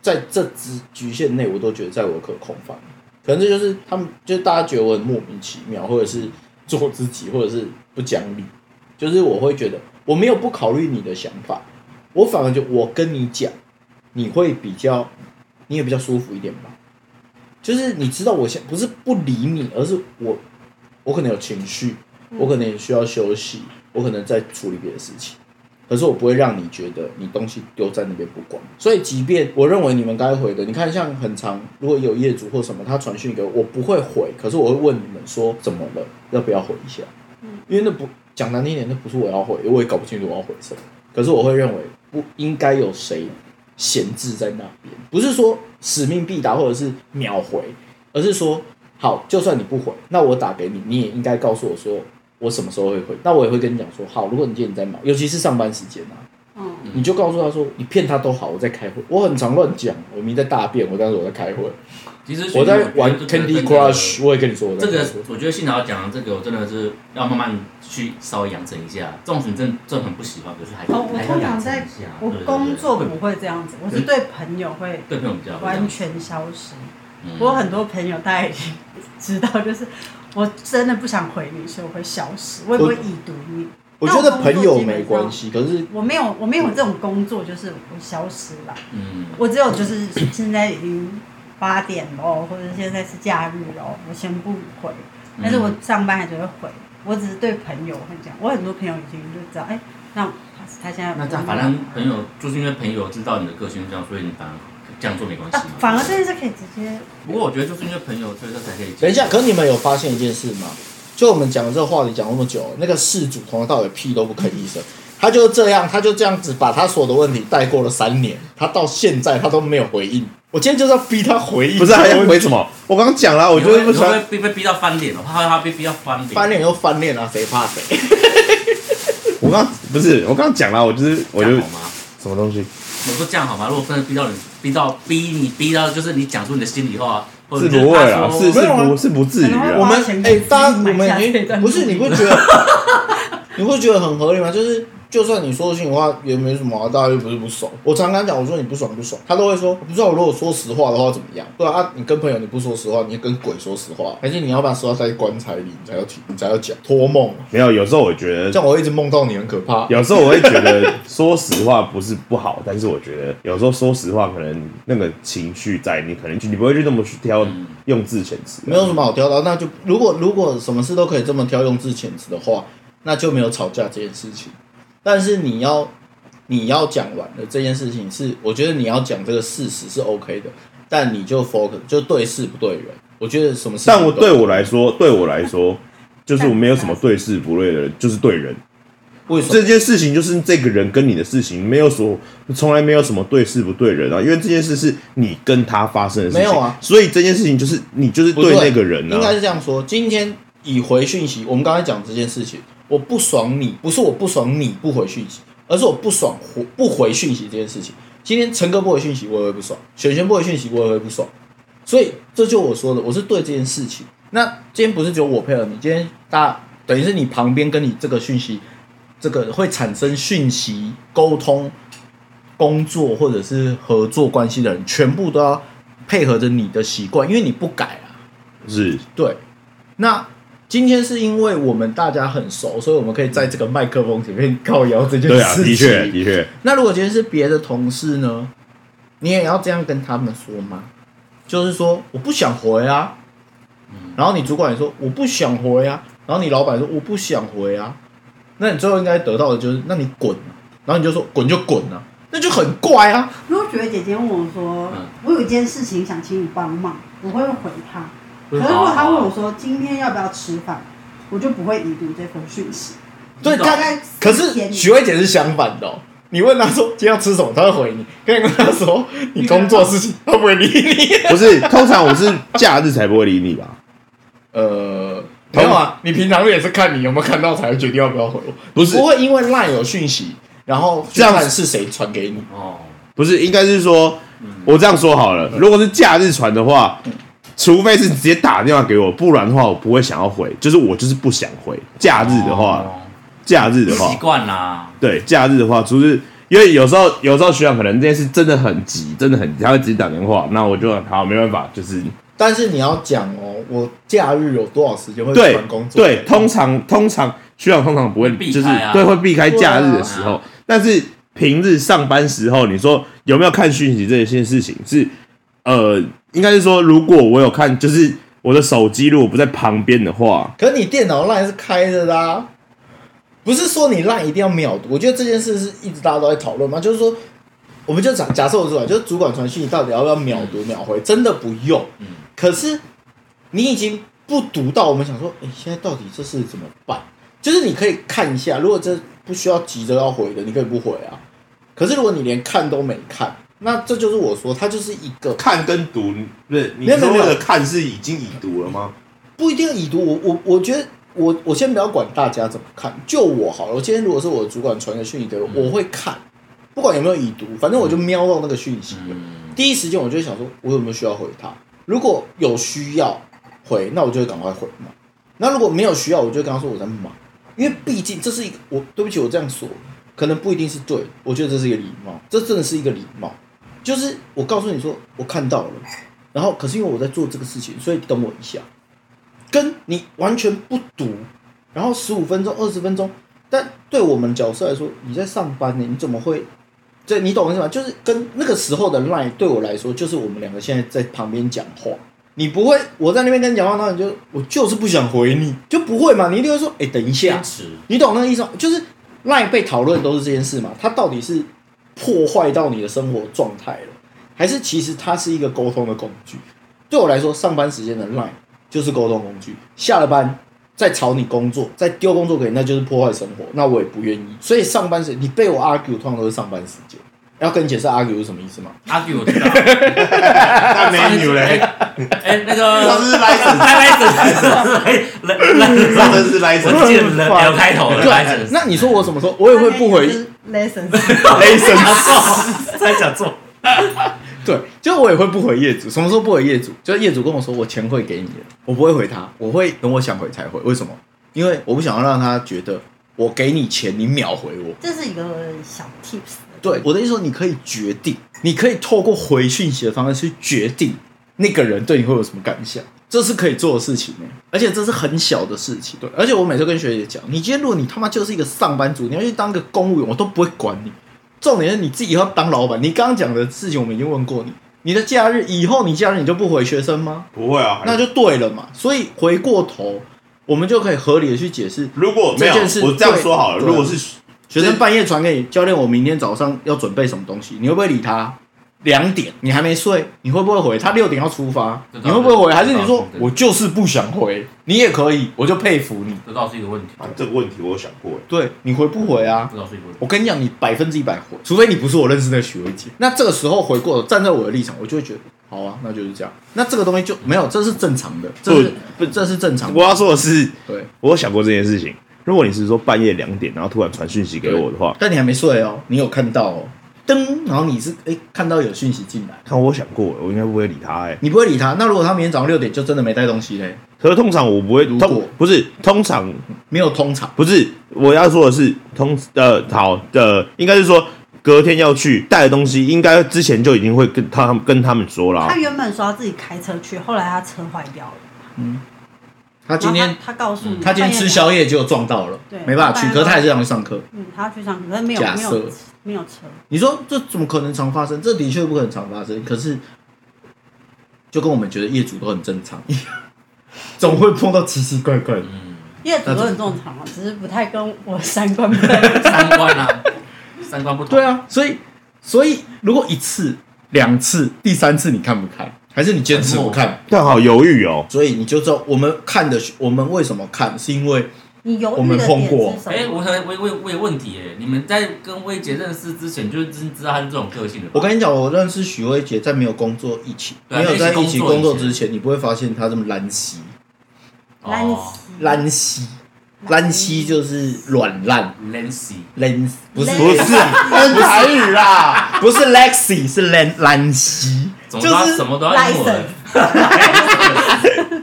E: 在这之局限内，我都觉得在我的可控范围。可能这就是他们，就是大家觉得我很莫名其妙，或者是做自己，或者是不讲理，就是我会觉得我没有不考虑你的想法，我反而就我跟你讲，你会比较，你也比较舒服一点吧。就是你知道我现不是不理你，而是我我可能有情绪，我可能也需要休息，我可能在处理别的事情。可是我不会让你觉得你东西丢在那边不管。所以，即便我认为你们该回的，你看像很长，如果有业主或什么他传讯给我，我不会回，可是我会问你们说怎么了，要不要回一下？因为那不讲难听一点，那不是我要回，我也搞不清楚我要回什么。可是我会认为不应该有谁闲置在那边，不是说使命必达或者是秒回，而是说好，就算你不回，那我打给你，你也应该告诉我说我什么时候会回。那我也会跟你讲说，好，如果你今天在忙，尤其是上班时间啊，
A: 嗯，
E: 你就告诉他说你骗他都好，我在开会。我很常乱讲，我明明在大便，我当时我在开会，
B: 其实
E: 我在玩
B: 觉得这个
E: Candy
B: 真的
E: Crush，我也跟你说我在
B: 这
E: 开
B: 个
E: 会。
B: 我觉得信瑶讲的这个，我真的是要慢慢去稍微养成一下。纵使你真真的很不喜欢，可是还是、
A: 哦，我
B: 还是要
A: 通常
B: 养成
A: 在
B: 一下。
A: 我
B: 对对对
A: 工作
B: 会
A: 不会这样子，我是对朋友会
B: 对朋友比较
A: 完全消失。
B: 嗯
A: 我有很多朋友大家已经知道，就是我真的不想回你，所以我会消失，我也不会已读你。
E: 我觉得朋友没关系，可是
A: 我没有，我没有这种工作，就是我消失了。
B: 嗯，
A: 我只有就是现在已经八点喽，或者现在是假日喽，我先不回，但是我上班还是会回。我只是对朋友会这样，我很多朋友已经就知道，哎、那他他现在
B: 那这样反正朋友就是因为朋友知道你的个性这样，所以你反而这样做没关系
A: 啊
B: 嘛。，
A: 反而这件事可以直接
B: 不过我觉得就是因为朋友，所以他才可以。
E: 等一下，可你们有发现一件事吗？就我们讲的这个话题讲那么久，那个事主从头到尾屁都不吭一声，他就这样，他就这样子把他所有的问题带过了三年，他到现在他都没有回应。我今天就是要逼他回应，
C: 不是还要回什么？我刚刚讲了，我
B: 你
C: 就
B: 会，
C: 是不
B: 你
C: 喜
B: 会
C: 欢。
B: 被被逼到翻脸了，哦怕他被逼到翻脸。
E: 翻脸又翻脸啊，谁怕谁？
C: 我刚不是我刚刚讲了，我就是我就
B: 这样好吗？
C: 什么东西
B: 我说这样好吗？如果真的逼到你，逼到逼你，逼到就是你讲出你的心里话，或者
C: 是
B: 你觉得
C: 不会啦，
B: 他说哦
C: 是是
E: 没有啊
C: 不是不至于
A: 可能
C: 啦
A: 会
E: 我。们
A: 花钱
E: 哎、
A: 买
E: 大家我
A: 买下
E: 们已
A: 这段
E: 经不是
A: 路
E: 你不 觉得，你不觉得很合理吗？就是就算你说心里话也没什么、啊，大家又不是不熟。我常常讲，我说你不爽不爽，他都会说，不知道我如果说实话的话怎么样？对啊，啊你跟朋友你不说实话，你跟鬼说实话，还是你要把实话塞在棺材里，你才要提，你才要讲托梦啊。
C: 没有，有时候我觉得
E: 这样我会一直梦到你很可怕。
C: 有时候我会觉得说实话不是不好，但是我觉得有时候说实话，可能那个情绪在，你可能你不会去那么去挑用字遣词。
E: 嗯没有什么好挑的啊，那就如果如果什么事都可以这么挑用字遣词的话，那就没有吵架这件事情。但是你要你要讲完的这件事情是，我觉得你要讲这个事实是 OK 的，但你就 focus 就对事不对人。我觉得什么事，
C: 但我对我来，说，对我来说，就是我没有什么对事不对的人，就是对人。
E: 为什
C: 这
E: 么？
C: 件事情就是这个人跟你的事情，没有所从来没有什么对事不对人啊，因为这件事是你跟他发生的事
E: 没
C: 情，
E: 有啊
C: 所以这件事情就是你就是
E: 不
C: 对那个人
E: 应该
C: 啊，
E: 是这样说。今天已回讯息，我们刚才讲这件事情，我不爽你，不是我不爽你不回讯息，而是我不爽回不回讯息这件事情。今天陈哥不回讯息，我也会不爽；璇璇不回讯息，我也会不爽。所以这就我说的，我是对这件事情。那今天不是只有我配合你，今天大等于是你旁边跟你这个讯息，这个会产生讯息沟通、工作或者是合作关系的人，全部都要配合着你的习惯，因为你不改啊。
C: 是
E: 对，那今天是因为我们大家很熟，所以我们可以在这个麦克风前面靠摇这件事情。
C: 对啊，的确的确，
E: 那如果今天是别的同事呢，你也要这样跟他们说吗？就是说我不想回啊，
C: 嗯
E: 然后你主管也说我不想回啊，然后你老板说我不想回啊，那你最后应该得到的就是那你滚啊、然后你就说滚就滚啊，那就很怪啊。
A: 如果觉得姐姐问我说，
B: 嗯
A: 我有一件事情想请你帮忙，我会回她。可
B: 嗯
A: 是如果她
B: 好
A: 问我说今天要不要吃饭，我就不会已读这封讯息。
E: 对
B: 你懂
E: 他
A: 大概，
E: 可
A: 四天
E: 是徐慧姐是相反的、哦。你问他说今天要吃什么，他会回你；跟你跟他说你工作事情，他不会理你。
C: 不是通常我是假日才不会理你吧？
E: 呃，没有啊，你平常也是看你有没有看到才会决定要不要回我，
C: 不是
E: 不会因为 LINE 有讯息，然后
C: 这样子
E: 看是谁传给你。
B: 哦，
C: 不是，应该是说，
B: 嗯
C: 我这样说好了，如果是假日传的话，除非是直接打电话给我，不然的话我不会想要回，就是我就是不想回。假日的话，假日的话
B: 哦习，惯啦，
C: 对，假日的话，就是因为有时候有时候学长可能这件事真的很急，真的很急，他会直接打电话，那我就好没办法，就是
E: 但是你要讲哦，我假日有多少时间会
C: 对
E: 传工作？
C: 对，通常通常学长通常不会
B: 避
C: 就是
B: 开啊
C: 对会避开假日的时候，
B: 对啊
C: 但是平日上班时候，你说有没有看讯息这件事情是呃，应该是说如果我有看，就是我的手机如果不在旁边的话，
E: 可是你电脑 LINE 是开着的啊，不是说你烂一定要秒读，我觉得这件事是一直大家都在讨论嘛，就是说，我们就假假设我主管，就是主管传讯，你到底要不要秒读秒回？真的不用，可是你已经不读到我们想说，哎、现在到底这事怎么办？就是你可以看一下，如果这不需要急着要回的，你可以不回啊。可是如果你连看都没看，那这就是我说，它就是一个
C: 看跟读，不是你
E: 没有
C: 说
E: 没有
C: 的看是已经已读了吗？
E: 不一定已读。我我我觉得我我先不要管大家怎么看，就我好了。我今天如果是我主管传个讯息给我，我会看，不管有没有已读，反正我就瞄到那个讯息了。
B: 嗯，
E: 第一时间我就会想说，我有没有需要回他？如果有需要回，那我就会赶快回嘛。那如果没有需要，我就跟他说我在忙，因为毕竟这是一个我对不起，我这样说可能不一定是对，我觉得这是一个礼貌，这真的是一个礼貌。就是我告诉你说我看到了，然后可是因为我在做这个事情，所以等我一下。跟你完全不读，然后十五分钟、二十分钟，但对我们角色来说，你在上班呢，你怎么会这你懂我意思吗？就是跟那个时候的 line 对我来说，就是我们两个现在在旁边讲话，你不会我在那边跟你讲话，然后你就我就是不想回你，就不会嘛？你一定会说，哎、等一下
B: 坚，持，
E: 你懂那个意思吗？就是 line 被讨论都是这件事嘛，它到底是破坏到你的生活状态了，还是其实它是一个沟通的工具？对我来说，上班时间的 line 就是沟通工具，下了班。再吵你工作，再丢工作给你，那就是破坏生活，那我也不愿意。所以上班时你被我 argue，通常都是上班时间。要跟你解释 argue 是什么意思吗？
B: 阿 Q 我知道，
C: 那没有嘞，
B: 哎，那
C: 上
B: 个
C: 次是 license，
B: 来来来来来
C: 上
B: 来，
C: 次是 license，
B: 我记得 L 开头的，哦来
E: 啊那你说我什么时候我也会不回？
A: lessons，
B: license，在讲错，
E: 对，就是我也会不回业主。什么时候不回业主？就是业主跟我说我钱会给你的，我不会回他，我会等我想回才回。为什么？因为我不想要让他觉得我给你钱，你秒回我。
A: 这是一个小 tips。
E: 对，我的意思说，你可以决定，你可以透过回讯息的方式去决定那个人对你会有什么感想，这是可以做的事情呢、欸而且这是很小的事情。对，而且我每次跟学姐讲，你今天如果你他妈就是一个上班族，你要去当个公务员，我都不会管你。重点是你自己要当老板。你刚刚讲的事情我们已经问过你，你的假日以后你假日你就不回学生吗？
C: 不会啊，
E: 那就对了嘛。所以回过头，我们就可以合理的去解释，
C: 如果没有
E: 这件事
C: 我这样说好了，
E: 对
C: 如果是
E: 学生半夜传给你教练，我明天早上要准备什么东西，你会不会理他？两点你还没睡，你会不会回？他六点要出发，
B: 这倒
E: 你会不会回？还是你
B: 这倒
E: 说
B: 是对
E: 我就是不想回？你也可以，我就佩服你。
B: 这倒是一个问题，
C: 啊这个问题，我有想过耶，
E: 对你回不回啊？
B: 这倒是一个问题。
E: 我跟你讲，你百分之一百回，除非你不是我认识的许薇姐。那这个时候回过头，站在我的立场，我就会觉得，好啊，那就是这样。那这个东西就没有，这是正常的，这是不这是正常
C: 我
E: 的。
C: 要说的是，
E: 对，
C: 我有想过这件事情。如果你是说半夜两点，然后突然传讯息给我的话，
E: 但你还没睡哦，你有看到哦，噔，然后你是哎看到有讯息进来。
C: 看我想过，我应该不会理他哎、
E: 你不会理他。那如果他明天早上六点就真的没带东西嘞，
C: 可是通常我不会，
E: 如果
C: 通不是通常
E: 没有通常，
C: 不是我要说的是通呃好的、应该是说隔天要去带的东西，应该之前就已经会跟他们跟他们说啦
A: 他。原本说要自己开车去，后来他车坏掉了。
E: 他今
A: 然
E: 天嗯
A: 后他他告诉你，
E: 他今天吃宵夜就撞到了
A: 对，
E: 没办法去，
A: 他半夜
E: 可是他还是让去上课。
A: 嗯，他要去上课，可是没有
E: 假
A: 没
E: 设
A: 有没有车，
E: 你说这怎么可能常发生？这的确不可能常发生。可是，就跟我们觉得业主都很正 常一样，总会碰到奇奇怪怪的。
A: 业主都很正常啊，只是不太跟我三观不太。
B: 三观啊，三观不同。
E: 对啊，所以所以如果一次、两次、第三次你看不开，还是你坚持不看？
C: 但好犹豫哦，
E: 所以你就知道我们看的，我们为什么看，是因为
A: 你犹
E: 我
A: 豫
E: 们
A: 的
E: 碰
A: 点
E: 过
A: 是什
B: 哎、
A: 么？
B: 我想我我我有问题哎，你们在跟薇姐认识之前就已经知道她是这种个性的吧？
E: 我跟你讲，我认识许薇姐，在没有工作一起，
B: 对啊
E: 没有在
B: 一
E: 一
B: 起
E: 起
B: 工作
E: 工作之前，你不会发现她这么懒兮
A: 烂
B: 哦
A: 死
E: 哎懒兮懒兮就是软烂
B: Lancy，
E: 懒，不是
C: 不是那是台语啦，
E: 不是 Lexi，是懒懒兮，
B: 总
E: 就
B: 之她
E: 是
B: 什么都要英文
A: license。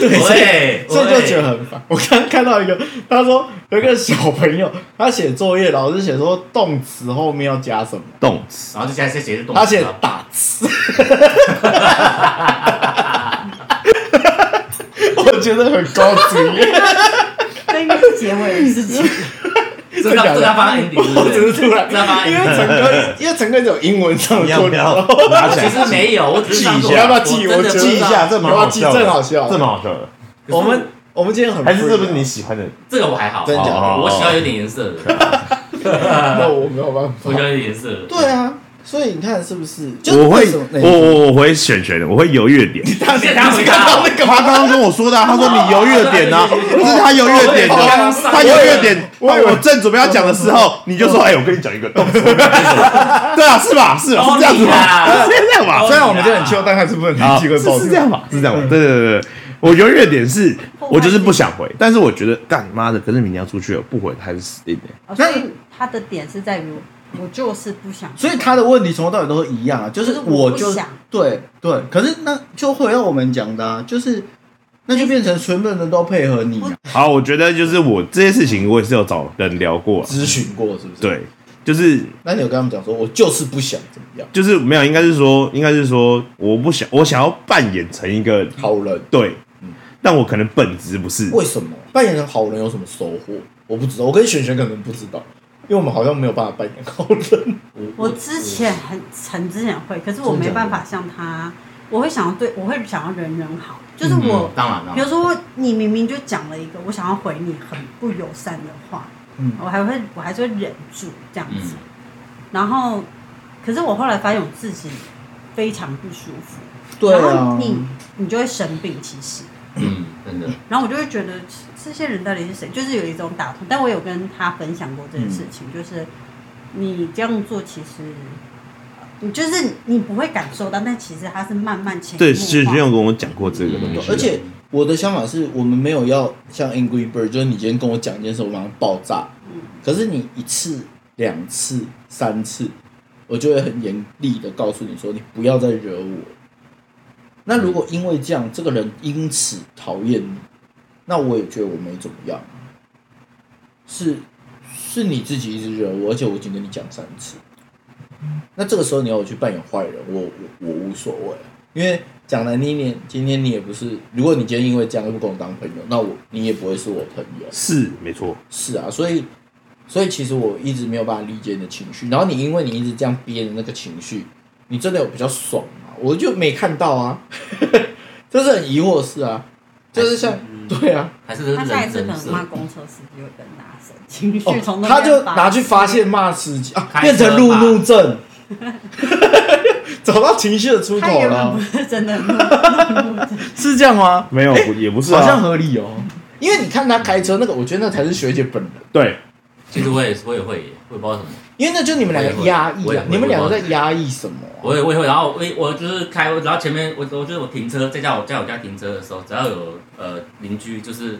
E: 对，所以
B: 对，
E: 所以就觉得
B: 得
E: 很烦。我刚刚看到一个，他说有一个小朋友，他写作业，老师写说动词后面要加什么，
C: 动
B: 然后就现在写是动词啊，
E: 他写打字，我觉得很高级。
A: 这应该是结尾的 事情。
B: 这要这要放 ending，对不
E: 我只
B: 对
E: 是突然
B: 这要放
E: 因为
B: ending。
E: 陈哥，因为陈哥只有英文上的过
C: 要
B: 我 其实没有，我只是上
C: 记一
B: 次
C: 下
E: 要不要记？
B: 我
E: 我
B: 真
E: 觉得
B: 的不知道
C: 记一下这蛮
E: 要不要
C: 好
E: 记
C: 笑的
E: 这很好笑。
C: 这么好笑的，
E: 我们我们今天很
C: 还是
E: free
C: 这不是
E: 啊
C: 你喜欢的？
B: 这个我还好，
E: 真假的
B: 我喜欢有点颜色的，
E: 那我没有办
B: 我
E: 法。
B: 喜欢有点颜色的。
E: 对啊，所以你看是不是？就是
C: 我会
E: 为什么，
C: 我我我会选选的，我会犹豫的点。
B: 当时他回答我，
C: 那个他刚刚跟我说的啊，他说你犹豫的点呢、 啊，这是他犹豫的点呢、
B: 我刚刚
C: 他犹豫的点，我我正准备要讲的时候，你就说，哎，我跟你讲一个动作， 对啊，是吧？是吧？是这样子吧？是这样吧？
B: 哦
C: 虽
B: 虽
C: 然
B: 然
C: 我
B: 我
C: 们
B: 们
C: 就
B: 就
C: 很
B: 很
C: 秋，
B: chill，
C: 但还是不能
D: 提
C: 这
D: 这
C: 个
D: 个
C: 是
D: 报纸
C: 是这样吧？是这样吧？对对对对，我犹豫的点是，我就是不想回，但是我觉得干妈的，可是明天要出去了，不回还是死定的。
A: 哦所以他的点是在于我，我就是不想。
E: 所以他的问题从头到尾都一样啊，就是
A: 就是我
E: 我
A: 不
E: 就
A: 想
E: 对对，可是那就回到我们讲的、啊，就是那就变成全部人都配合你、啊、
C: 好，我觉得就是我这些事情，我也是有找人聊过啊，
E: 咨询过是不是？，
C: 对，就是
E: 那你有跟他们讲说，我就是不想怎么样，
C: 就是没有，应该是说，应该是说，我不想，我想要扮演成一个
E: 好人
C: 对，但我可能本质不是。
E: 为什么扮演成好人有什么收获？我不知道，我跟璇璇可能不知道，因为我们好像没有办法扮演好人。
A: 我之前很很之前会，可是我没办法像他，我会想要对，我会想要人人好，就是我
B: 嗯，当然
A: 比如
B: 了，
A: 说，你明明就讲了一个我想要回你很不友善的话，
E: 嗯
A: 我还会我还是会忍住这样子。
B: 嗯，
A: 然后，可是我后来发现我自己非常不舒服，
E: 对
A: 然
E: 啊
A: 后，你你就会生病，其实，
B: 嗯，真的，
A: 然后我就会觉得这些人到底是谁，就是有一种打通。但我有跟他分享过这件事
E: 嗯
A: 情，就是你这样做其实。你就是你不会感受到，但其实它是慢慢潜移
C: 对，
A: 默
C: 是
A: 化
C: 没有跟我讲过这个东西，
E: 嗯而且我的想法是我们没有要像 Angry Bird，就是你今天跟我讲一件事，我马上爆炸。可是你一次、两次、三次，我就会很严厉的告诉你说，你不要再惹我。那如果因为这样，这个人因此讨厌你，那我也觉得我没怎么样，是是你自己一直惹我，而且我已经跟你讲三次。那这个时候你要我去扮演坏人，我我我无所谓啊，因为讲难听一点，今天你也不是，如果你今天因为这样又不跟我当朋友，那我你也不会是我朋友。
C: 是没错，
E: 是啊，所以所以其实我一直没有办法理解你的情绪，然后你因为你一直这样憋的那个情绪，你真的有比较爽吗？我就没看到啊， 这是很疑惑的事啊，就是像对啊，
B: 还是
A: 他下一
B: 人
A: 次可
B: 人
A: 能
B: 设
A: 骂公车司机会更大声，情
E: 哦
A: 绪从、那边
E: 他就
A: 发
E: 拿去发泄骂司机啊，
B: 开
E: 变成
B: 车
E: 路
B: 吧
E: 怒症， 找到情绪的出
A: 他
E: 口
A: 原本
E: 了
A: 不，是真的 怒怒怒症，
D: 是这样吗？
C: 没有
E: 哎
C: 不也不是
D: 好像
C: 啊，
D: 合理哦。
E: 因为你看他开车那个，我觉得那才是学姐本人。
C: 对，
B: 其实我也我也会，我也不知道为什么，
E: 因为那就你们两个压抑
B: 我也
E: 啊
B: 会，
E: 你们两个在压抑什么啊、
B: 我也我也会，然后我我就是开，然后前面我我就是我停车，在家我在我家停车的时候，只要有呃邻居就是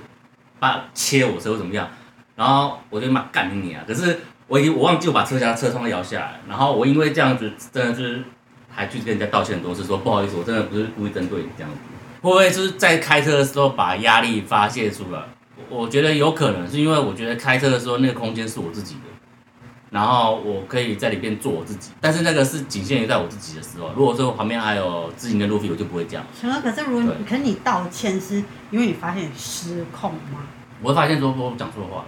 B: 把切我车或怎么样，然后我就骂干你啊！可是我已经我忘记我把车厢车窗摇下来，然后我因为这样子真的是还去跟人家道歉很多次，说不好意思，我真的不是故意针对你这样子，会不会就是在开车的时候把压力发泄出来？我我觉得有可能是因为我觉得开车的时候那个空间是我自己的。然后我可以在里面做我自己，但是那个是仅限于在我自己的时候。如果说旁边还有知情跟路费，我就不会这样。
A: 陈哥，可是如果
B: 对
A: 你，可是你道歉是因为你发现你失控吗？
B: 我会发现说我讲错话了，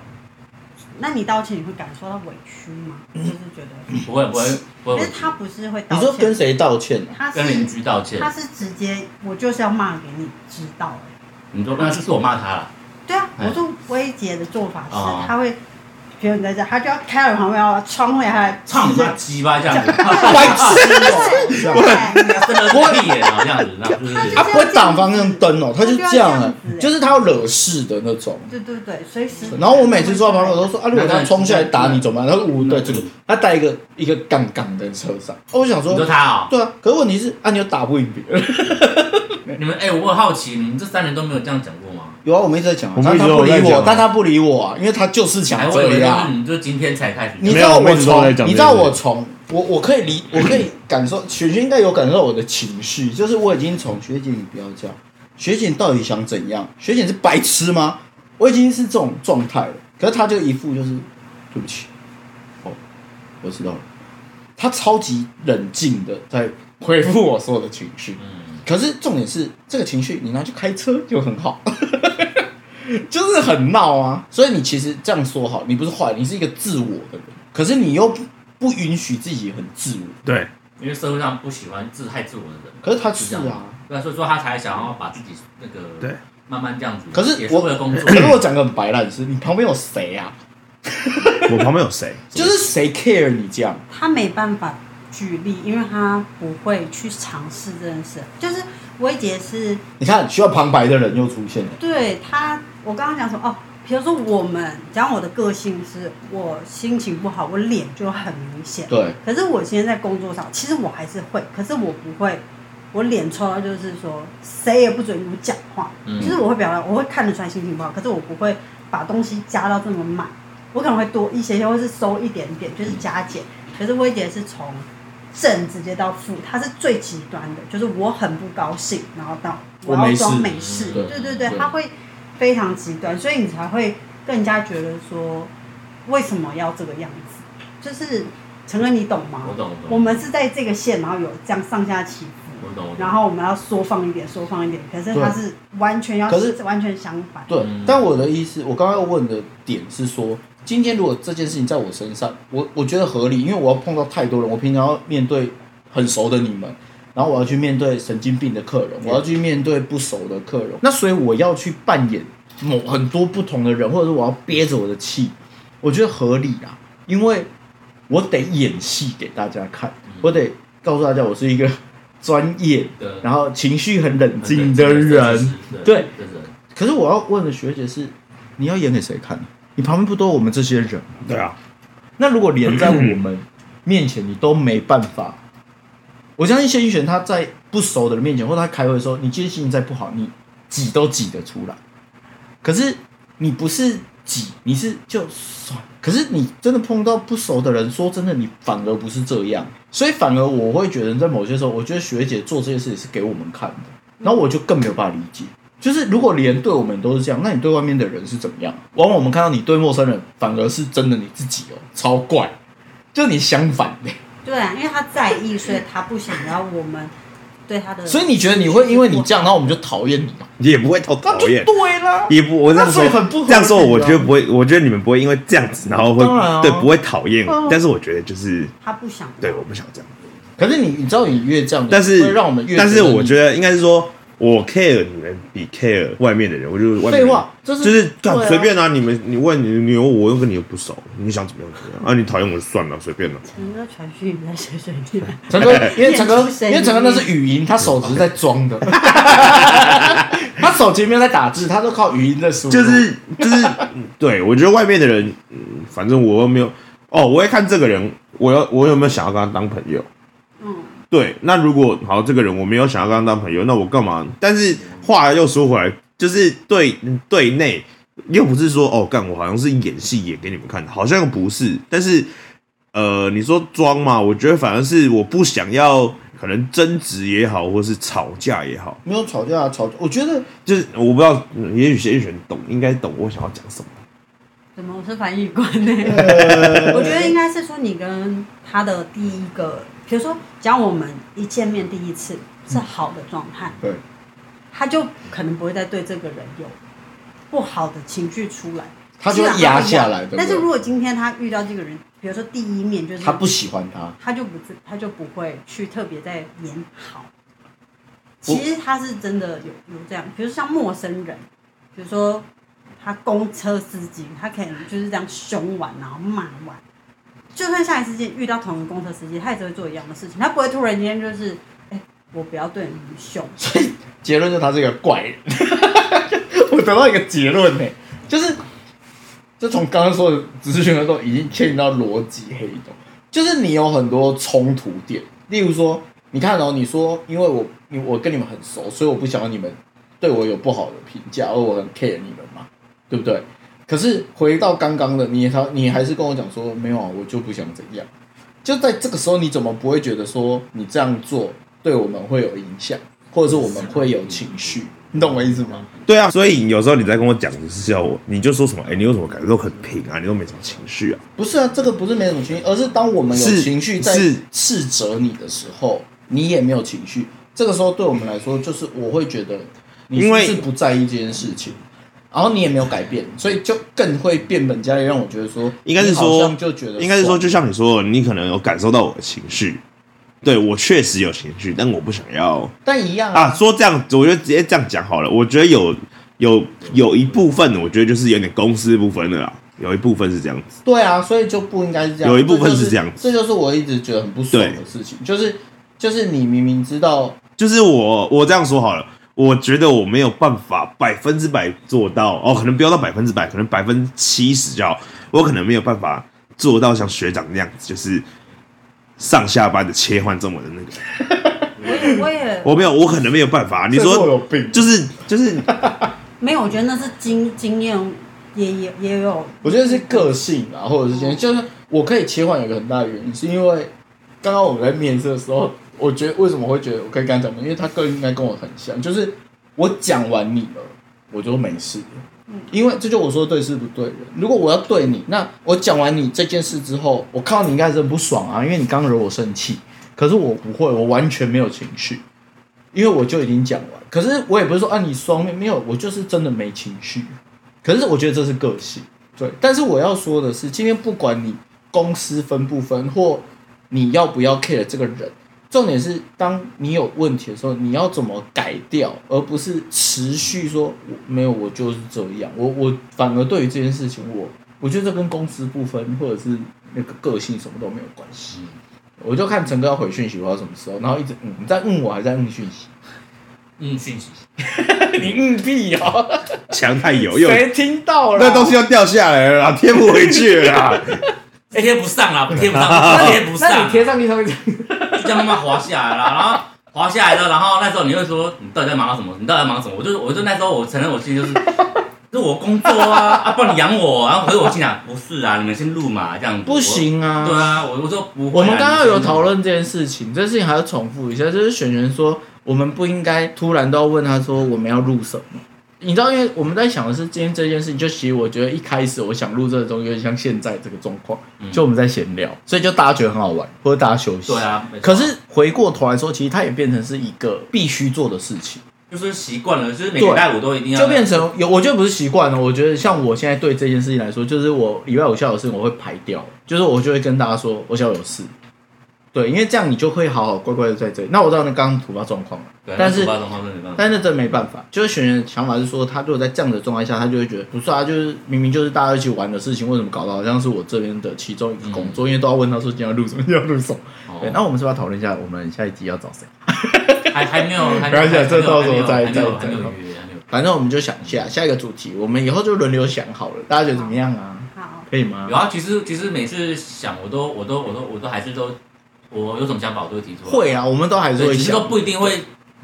A: 那你道歉你会感受到委屈吗？
E: 嗯
A: 就是觉得，
B: 不会不会不
A: 可
B: 会
A: 是。他不是会道
E: 你
A: 歉，
E: 说跟？谁道歉啊？
A: 他
B: 跟邻
A: 是
B: 居道歉
A: 他，是直接，我就是要骂给你知道的。
B: 你说那是我骂他了，
A: 对啊，
B: 哎
A: 我说薇姐的做法
B: 哦
A: 是，他会觉得你在这，他就要开到你旁边，然后窗户还
B: 唱你妈鸡巴这样 子，
E: 白痴哦、这样
B: 真的我闭眼啊这样子，然后就是
E: 他不会挡方向灯哦、他就这样
A: 他就要
E: 了、
A: 这样子
E: 就是他要惹事的那种。
A: 对对对，随时。
E: 然后我每次坐在旁边，我都说啊，如果他冲下来打你怎么办？他说我对这个
B: 嗯，
E: 他带一个一个杠杠在车上。哦，我想
B: 你说
E: 说，
B: 他哦，
E: 对啊，可是问题是啊，你又打不赢别人。
B: 你们哎，我很好奇，你们这三人都没有这样讲过吗？
E: 有啊，我们一直在讲啊，
C: 我们
E: 但
C: 一直
E: 他
C: 都
E: 不
C: 有
E: 理
C: 在
E: 我
C: 讲啊，
E: 但他不理我啊，因为他就是
B: 哎，
E: 想
B: 我以
E: 这
B: 为
E: 样
C: 嗯
B: 是。你就今天才开始，
E: 你
C: 没
E: 知
C: 有
E: 道
C: 我
E: 我
C: 一直都在
E: 从，
C: 讲
E: 你
C: 这
E: 知道
C: 件事
E: 我从我我可以理，我可以感受，雪雪应该有感受到我的情绪，就是我已经从学姐你不要这样，学姐你到底想怎样？学姐是白痴吗？我已经是这种状态了，可是他就一副就是对不起，哦，我知道了，他超级冷静的在回复我所有的情绪，
B: 嗯，
E: 可是重点是，这个情绪你拿去开车就很好，就是很闹啊。所以你其实这样说好，你不是坏，你是一个自我的人，可是你又不允许自己很自我。
C: 对，
B: 因为社会上不喜欢自害自我的人，
E: 可是他
B: 是
E: 是
B: 这样
E: 啊，
B: 对啊，所以说他才想要把自己那个
C: 对
B: 慢慢这样子。
E: 可是
B: 也是
E: 我
B: 为 了工作，
E: 可是我讲个很白烂，是你旁边有谁啊？
C: 我旁边有谁？
E: 就是谁 care 你这样？
A: 他没办法举例，因为他不会去尝试这件事。就是薇姐是
E: 你看，需要旁白的人又出现了。
A: 对他，我刚刚讲说哦，比如说我们讲我的个性是，我心情不好，我脸就很明显。
E: 对，
A: 可是我今天在工作上，其实我还是会，可是我不会，我脸抽到就是说谁也不准我讲话，
D: 嗯
A: 就是我会表达，我会看得出来心情不好，可是我不会把东西加到这么满，我可能会多一些些，或是收一点点，就是加减。可是薇姐是从正直接到负，她是最极端的，就是我很不高兴，然后到
E: 我
A: 要
E: 没事嗯
A: 装没事，
E: 对
A: 对对对，
E: 对
A: 她会非常极端，所以你才会更加觉得说为什么要这个样子，就是陈哥你懂吗？
B: 我懂我懂
A: 我们是在这个线，然后有这样上下起伏，
B: 我懂我懂
A: 然后我们要缩放一点，缩放一点，可是
E: 对
A: 他是完全要，
E: 可是
A: 完全相反。
E: 对
D: 嗯，
E: 但我的意思，我刚刚要问的点是说，今天如果这件事情在我身上，我我觉得合理，因为我要碰到太多人，我平常要面对很熟的你们，然后我要去面对神经病的客人，我要去面对不熟的客人，那所以我要去扮演某很多不同的人，或者是我要憋着我的气，我觉得合理啊，因为我得演戏给大家看，我得告诉大家我是一个 专业，
B: 的
E: 然后情绪很冷静
B: 这
E: 的
B: 个
E: 人。
B: 这个
E: 对
B: 这个人
E: 可是我要问的学姐是，你要演给谁看？你旁边不都有我们这些人？
C: 对啊，
E: 那如果连在我们面前你都没办法，我相信谢依璇她在不熟的人面前，或者她开会的时候，你今天心情再不好，你挤都挤得出来。可是你不是挤，你是就算。可是你真的碰到不熟的人，说真的，你反而不是这样，所以反而我会觉得在某些时候，我觉得学姐做这些事情是给我们看的，然后我就更没有办法理解。就是如果连对我们都是这样，那你对外面的人是怎么样？往往我们看到你对陌生人，反而是真的你自己哦，超怪，就你相反的。
A: 对啊，因为他在意，所以他不想要我们对他的。
E: 所以你觉得你会因为你这样，然后我们就讨厌你吗？
C: 也不会讨
E: 那
C: 讨
E: 就
C: 厌，
E: 对啦。
C: 也不我这样
E: 那所
C: 说
E: 以很不合理啊
C: 这样说，我觉得不会，我觉得你们不会因为这样子，然后会
E: 当然啊
C: 对不会讨厌
E: 当然
C: 我，但是我觉得就是
A: 他不想。
C: 对我不想这样，
E: 可是你你知道你越这样，
C: 但
E: 嗯
C: 是
E: 会让我们越
C: 但是我
E: 你
C: 觉得应该是说。我 care 你们比 care 外面的人，我就是外面的人
E: 废话这是
C: 就是
E: 对啊
C: 干随便啊！你们你问你你问我又跟你又不熟，你想怎么样怎么样啊？你讨厌我就算了，随便了。
A: 陈哥传讯你在水水里，
E: 陈
C: 哎
E: 哥，因为陈哥
A: 演出， 神
E: 因为陈哥那是语音，他手只是在装 的，他手其实没有在打字，他都靠语音在输入。
C: 就是就是，对我觉得外面的人，嗯，反正我又没有哦，我会看这个人，我要我有没有想要跟他当朋友？
A: 嗯，
C: 对，那如果好这个人我没有想要跟他当朋友，那我干嘛？但是话又说回来，就是对对内又不是说哦，干我好像是演戏演给你们看的，好像又不是，但是呃，你说装嘛，我觉得反而是我不想要。可能争执也好，或是吵架也好，
E: 没有吵架，吵，我觉得
C: 就是我不知道，嗯也许谢选懂，应该懂我想要讲什么。
A: 怎么我是翻译官呢？
E: 呃
A: 我觉得应该是说你跟他的第一个，比如说，讲我们一见面第一次是好的状态，
E: 对，
A: 他就可能不会再对这个人有不好的情绪出来，
E: 他就
A: 基本上
E: 压
A: 会
E: 下
A: 压
E: 来，对不
A: 啊
E: 对
A: 但是如果今天他遇到这个人，比如说第一面就是
E: 他不，喜欢他，
A: 他就不自他就不会去特别在演好。其实他是真的有有这样，比如像陌生人，比如说他公车司机，他可能就是这样凶完然后骂完。就算下一次见遇到同一个公车司机，他也只会做一样的事情，他不会突然间就是，哎、我不要对你 凶，
E: 所以结论就是他是一个怪人。 我得到一个结论呢、就是就从刚刚说的资讯的时候，已经牵扯到逻辑黑洞，就是你有很多冲突点。例如说，你看哦，你说因为我你我跟你们很熟，所以我不想要你们对我有不好的评价，而我很 care 你们嘛，对不对？可是回到刚刚的，你还你还是跟我讲说没有啊，我就不想怎样。就在这个时候，你怎么不会觉得说你这样做对我们会有影响，或者是我们会有情绪？你懂我意思吗？
C: 对啊，所以有时候你在跟我讲的时候，你就说什么，哎、你为什么感觉都很平啊，你都没什么情绪啊？
E: 不是啊，这个不是没什么情绪，而是当我们有
C: 是
E: 情绪在
C: 是
E: 斥责你的时候，你也没有情绪。这个时候对我们来说，就是我会觉得你是
C: 因
E: 不
C: 为
E: 是不在意这件事情，然后你也没有改变，所以就更会变本加厉，让我觉得说，
C: 应该是
E: 你好
C: 说
E: 像就觉得
C: 应该是说，
E: 爽
C: 就像你说的，你可能有感受到我的情绪，对我确实有情绪，但我不想要啊
E: 但一样
C: 啊。说这样，我觉得直接这样讲好了。我觉得有有有一部分，我觉得就是有点公私不分的啦，有一部分是这样子。
E: 对啊，所以就不应该是这样。
C: 有一部分
E: 就是
C: 这样子
E: 这就是我一直觉得很不爽的事情，就是就是你明明知道，
C: 就是我我这样说好了，我觉得我没有办法百分之百做到哦，可能不要到百分之百，可能百分之七十就好。我可能没有办法做到像学长那样子，就是上下班的切换这么的那个。
A: 我也我也
C: 我没有，我可能没有办法。你
E: 这是我有
C: 说
E: 病，
C: 就是就是
A: 没有，我觉得那是经经验，也也也有。
E: 我觉得是个性啊，或者是今天就是我可以切换，有一个很大的原因是因为刚刚我们在面试的时候，我觉得为什么会觉得我可以跟他讲，因为他个人应该跟我很像，就是我讲完你了，我就没事了。因为这就我说对事不对人。如果我要对你，那我讲完你这件事之后，我看到你应该是很不爽啊，因为你刚惹我生气。可是我不会，我完全没有情绪，因为我就已经讲完。可是我也不是说啊你双面没有，我就是真的没情绪。可是我觉得这是个性，对。但是我要说的是，今天不管你公司分不分，或你要不要 care 这个人，重点是当你有问题的时候，你要怎么改掉，而不是持续说我没有，我就是这样。我我反而对于这件事情，我我觉得这跟公司不分，或者是那个个性什么都没有关系。我就看陈哥要回讯息，我要什么时候，然后一直嗯，你在嗯我，还在嗯讯息，
B: 嗯，信息。
E: 你嗯屁哦，
C: 墙太油，又
E: 谁听到了？
C: 那东西要掉下来了啦，贴不回去了啦。
B: 哎，贴不上啦，贴不 上，贴不
E: 那
B: 上
E: 你，贴上去上面讲，
B: 就这样慢慢滑下来啦，然后滑下来了，然后那时候你会说你到底在忙什么？你到底在忙什么？我就我就那时候我承认我心里就是， 这我工作啊，啊，不然你养我，然后可是我心想不是啊，你们先录嘛，这样子
E: 不、行啊
B: 我。对啊，我我说不会、
E: 我
B: 啊，
E: 们刚刚
B: 你先
E: 有
B: 录
E: 讨，论这件事情，这件事情还要重复一下，就是璇璇说我们不应该突然都要问他说我们要录什么。你知道，因为我们在想的是今天这件事情，就其实我觉得一开始我想录这个东西，有点像现在这个状况，就我们在闲聊，所以就大家觉得很好玩，或者大家休息。
B: 嗯对。啊，没错
E: 可是回过头来说，其实它也变成是一个必须做的事情，
B: 就是习惯了，就是每个礼拜五都一定要
E: 就变成有，我觉得不是习惯哦了。我觉得像我现在对这件事情来说，就是我礼拜五下午的事情我会排掉，就是我就会跟大家说我下午有事。对，因为这样你就会好好乖乖的在这里。那我知道那刚刚突发状况了，
B: 对
E: 但是
B: 那主办方真的没办法
E: 但是那真没办法。就是选人的想法是说，他如果在这样的状态下，他就会觉得不是啊，就是明明就是大家一起玩的事情，为什么搞得好像是我这边的其中一个工作？因为都要问他说今天要录什么，今天要录什么。对，那
B: 嗯哦，
E: 我们是不是要讨论一下我们下一集要找谁？
B: 还还没有，还
E: 没关系啊这到时候再
B: 还没有
E: 再
B: 还没有还没有约，还没有。
E: 反正我们就想一下下一个主题，我们以后就轮流想好了，大家觉得怎么样啊？
A: 好，
E: 可以吗
B: 有？啊，其实其实每次想我都我都我都我都还是都我有什么想法我都会提出来，
E: 会啊，我们都还是
B: 对，
E: 会
B: 只是
E: 想
B: 都，不一定会，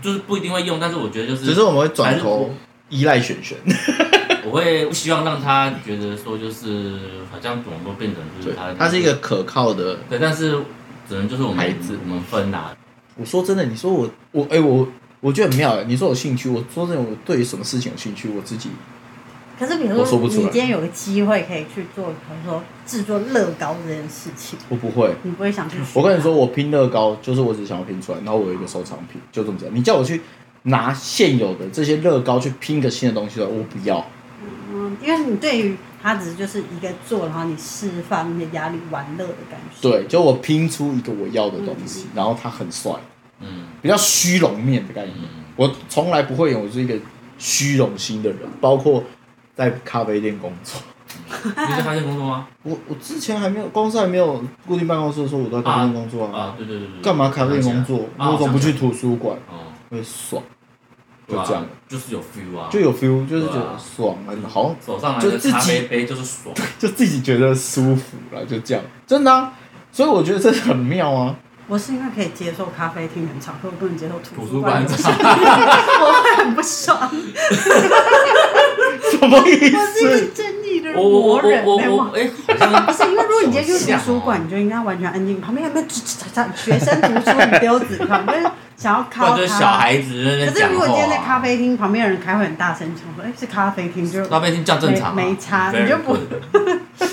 B: 就是不一定会用，但是我觉得就是
E: 只是嗯我们会转头依赖选选。
B: 我会希望让他觉得说，就是好像总都变成就
E: 对
B: 是他，，
E: 他是一个可靠的。
B: 对，但是只能就是我们
E: 孩子
B: 我们分啦、
E: 我说真的，你说我我哎、我我觉得很妙哎、你说有兴趣，我说真的，我对于什么事情有兴趣，我自己
A: 可是比
E: 我
A: 如
E: 说
A: 说，
E: 不
A: 你
E: 出来
A: 今天有个机会可以去做，比如说制作乐高这件事情，
E: 我不会。
A: 你不会想去学？
E: 我跟你说，，我拼乐高就是我只想要拼出来，然后我有一个收藏品，就这么简单。你叫我去拿现有的这些乐高去拼个新的东西的话，我不要。
A: 嗯，因为你对于它只是就是一个做，然后你释放你的压力、玩乐的感觉。
E: 对，就我拼出一个我要的东西，然后它很帅，
B: 嗯，
E: 比较虚荣面的概念。我从来不会有我是一个虚荣心的人，包括在咖啡店工作。
B: 你在发现工作吗？
E: 我我之前还没有公司还没有固定办公室的时候，我都在咖啡店工作啊。
B: 啊，对对对对，
E: 干嘛咖啡店工作？
B: 啊
E: 我怎么不去？
B: 想起
E: 图书馆？
B: 来哦，
E: 会爽，就
B: 对啊
E: 这样，
B: 就是有 feel 啊，
E: 就有 feel，就是觉
B: 对
E: 得
B: 啊
E: 爽啊，好像
B: 手上拿
E: 就
B: 个
E: 自己
B: 咖啡杯就是爽，
E: 就自己觉得舒服了，就这样，真的啊。所以我觉得这很妙啊。
A: 我是因为可以接受咖啡厅很长，可我不能接受
B: 图
A: 图
B: 书
A: 书馆，
B: 馆
A: 我会很不 爽。
E: 什么意
A: 我是一
E: 思？
A: 个正义的
B: 我我我
A: 魔人，没
B: 我
A: 有
B: 我
A: 吗？
B: 哎，好像
A: 不是， 因为如果你今天去
B: 像
A: 图
B: 哦
A: 书馆，你就应该完全安静，旁边有没有吱吱喳喳学生读书你丢纸团，就是想要
B: 不然
A: 靠
B: 就是
A: 他。
B: 小孩子在那
A: 可
B: 边
A: 是
B: 讲
A: 如
B: 话
A: 果今
B: 啊。
A: 天在咖啡厅旁边有人开会很大声，你想说哎是咖啡厅就
B: 咖啡厅叫正常啊，
A: 没没差你就不
B: Very good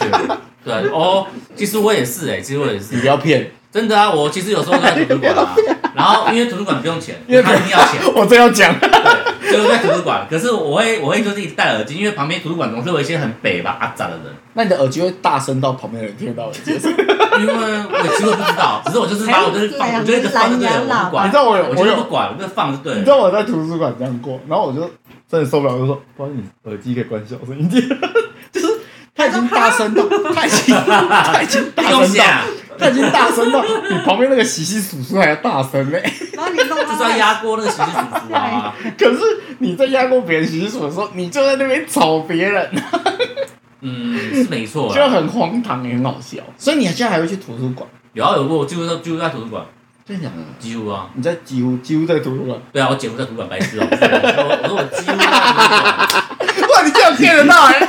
B: 对对哦，其实我也是哎，其实我也是
E: 你不要骗，
B: 真的啊，我其实有时候都在图书 馆啊，然后因为图书馆不用钱，
E: 因为
B: 他一定要钱，
E: 我真要讲。
B: 对，所以我在图书馆。可是我会我会就是一直戴耳机，因为旁边图书馆总是有一些很北吧阿杂的人，
E: 那你的耳机会大声到旁边的人听得到耳机 的声音。
B: 因为我其实我不 知道，只是我就是把我就是放，我就
A: 啊
B: 一直放就对了，我不管，
E: 你知道我有
B: 我
E: 我
B: 就是
E: 有
B: 不管，我就放就对
E: 你知道
B: 了。
E: 我在图书馆这样过，然后我就
D: 真的受不了，就说：“不好意思，你耳机可以关小声一点。”就是他已经大声到， 他已经他已经大
B: 东
D: 声
B: 西
D: 到，
B: 啊，
D: 他已经大声到比旁边那个洗洗簌簌还要大声嘞、
A: 然后你弄
B: 就是要
A: 到
B: 压过那个徐徐叔叔啊。
D: 可是你在压过别人洗洗簌的时候，你就在那边吵别人，
B: 嗯，是没错
D: 就
B: 啦。
D: 很荒唐，也很好笑。所以你现在还会去图书馆？
B: 有啊，有过，我几乎在几乎在图书馆，
D: 真的假的？
B: 几乎啊。
D: 你在几乎几乎在图书馆？
B: 对啊，我姐夫在图书馆白痴哦、不是我我说我几乎在啊图书 馆。
D: 哇，你这样骗得到哎、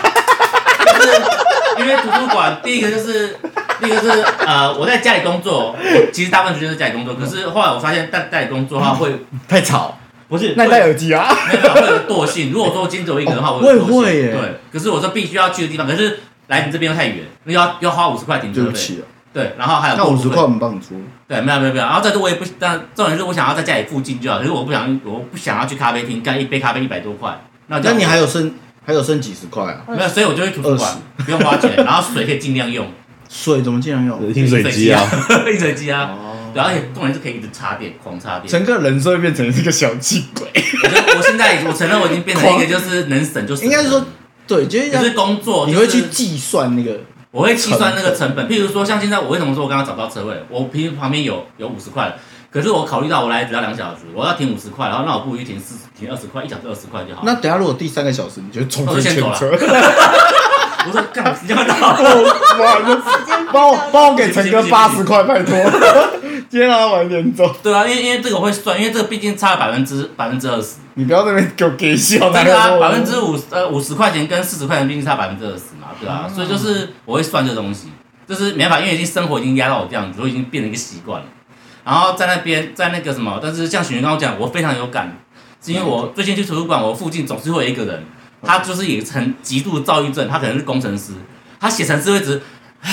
B: 因为图书馆第一个就是，第一个是呃，我在家里工作，我其实大部分时间都在家里工作，可是后来我发现在家里工作的话会
D: 太吵，
B: 不 是
D: 那你戴
B: 会
D: 耳机啊？
B: 没有会有惰性。如果说我今天只有一个人的话，
D: 哦
B: 我有惰性
D: 我也会耶
B: 对，可是我说必须要去的地方，可是来你这边又太远，那要要花五十块停
E: 对
B: 车
E: 不
B: 费。
E: 起啊，
B: 对，然后还有
E: 那
B: 过
E: 五
B: 路
E: 十
B: 费
E: 块我们帮你出，
B: 对，没有没有没有，然后再多我也不，但重点是我想要在家里附近就好，可是我不想，我不想要去咖啡厅干一杯咖啡一百多块，那就
E: 那你还有剩还有剩几十块啊？
B: 没有，所以我就去图书馆，不用花钱，然后水可以尽量用，
E: 水怎么竟然有？
C: 饮水机啊，
B: 饮水机啊，
E: 哦，
B: 对，而且重点是可以一直插电，狂插电。
D: 整个人设变成是个小气鬼。
B: 我觉得我现在我承认我已经变成一个就是能省就省，
E: 应该是说，对，就是这
B: 可是
E: 样，
B: 哦工作、
E: 你
B: 就
E: 会
B: 是
E: 去计算那个
B: 我会计算那个成本。譬如说，像现在我为什么说我刚刚找不到车位？我平时旁边有有五十块，可是我考虑到我来只要两小时，我要停五十块，然后那我不如去停四停二十块，一小时二十块就好。
E: 那等下如果第三个小时，你就冲
B: 我
E: 出
B: 就哦先
E: 前
B: 走了
E: 车，
B: 我说干嘛时间到了？
D: 哇，
A: 时间
D: 帮我帮我给 陈哥八十块，拜托， 今天让他晚一点走，
B: 对啊，因为因为这个我会算，因为这个毕竟差了百分之百分之二十，
D: 你不要在那边给我给笑，
B: 真的啊，百分之
D: 五。
B: 五呃五十块钱跟四十块钱毕竟差百分之二十嘛，对啊，所以就是我会算这东西，就是没办法，因为已经生活已经压到我这样子，我已经变成一个习惯了。然后在那边在那个什么，但是像许云刚刚讲，我非常有感，是因为我最近去图书馆，我附近总是会有一个人，他就是也很极度躁郁症，他可能是工程师，他写程式会一直，唉，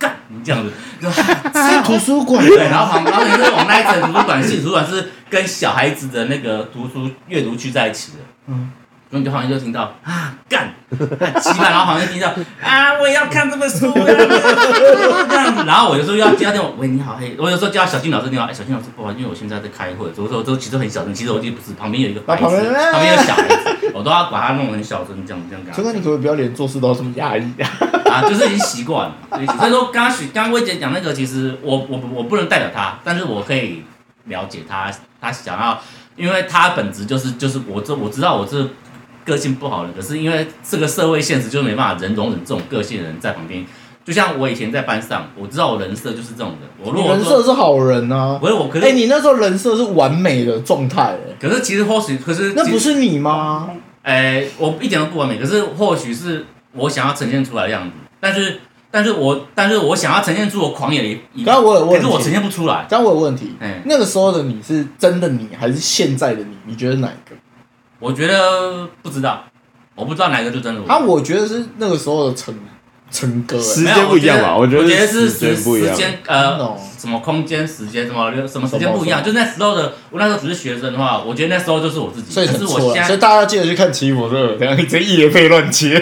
B: 干你这样子，就
E: 在啊图书馆
B: 对，然后旁然后你是往那一层图书馆去，图书馆是跟小孩子的那个读书阅读区在一起的。嗯
E: 嗯，
B: 然后你就好像就听到啊干，啊鸡巴，然后好像就听到啊我也要看这本书啊，这样子。然后我有时候要接到电话，喂你好，嘿，我有时候接到小金老师电话，哎小金老师不好意思，因为我现在在开会，所以我说我都其实很小声，其实我就不是旁边有一个白痴，
D: 啊旁边
B: 旁边有小孩子，我都要把他弄得很小声，这样这样跟他
D: 陈哥，你可不可以不要连做事都要这么压抑啊？
B: 啊，就是已经习惯了。对所以说，刚刚许刚刚薇姐讲那个，其实我我我不能代表她，但是我可以了解她，她想要，因为她本质就是就是我这我知道我这个性不好的，可是因为这个社会现实就没办法人容忍这种个性的人在旁边。就像我以前在班上，我知道我人设就是这种人，我如
E: 你
B: 果
E: 人设
B: 说
E: 是好人啊。
B: 不是我，可是、
E: 哎，你那时候人设是完美的状态，哎
B: 可是其实或许可是
E: 那
B: 其
E: 不是你吗？
B: 呃，我一点都不完美，可是或许是我想要呈现出来的样子，但是，但是我，但是我想要呈现出我狂野的一，一
E: 刚刚我有
B: 可
E: 问
B: 是
E: 题，
B: 我呈现不出来。
E: 刚刚我有问题
B: 哎，
E: 那个时候的你是真的你还是现在的你？你觉得哪一个？
B: 我觉得不知道，我不知道哪个是真的我。
E: 啊，我觉得是那个时候的陈陈哥，哎
C: 时间不一样吧？
B: 我
C: 我
B: 觉
C: 觉
B: 得
C: 得
B: 是
C: 时间不一
B: 时
C: 样。
B: 间
E: 真的
B: 呃
E: 哦，
B: 什么空间、时间什么什么时间
E: 什么
B: 不一样，就那时候的我那时候只是学生的话，我觉得那时候就是我自己。
E: 所以
B: 可
E: 很
B: 是
E: 错
B: 我
E: 了。
B: 现
E: 所以
B: 在
E: 大家记得去看《奇异博士二》，这样你直接一连被乱切，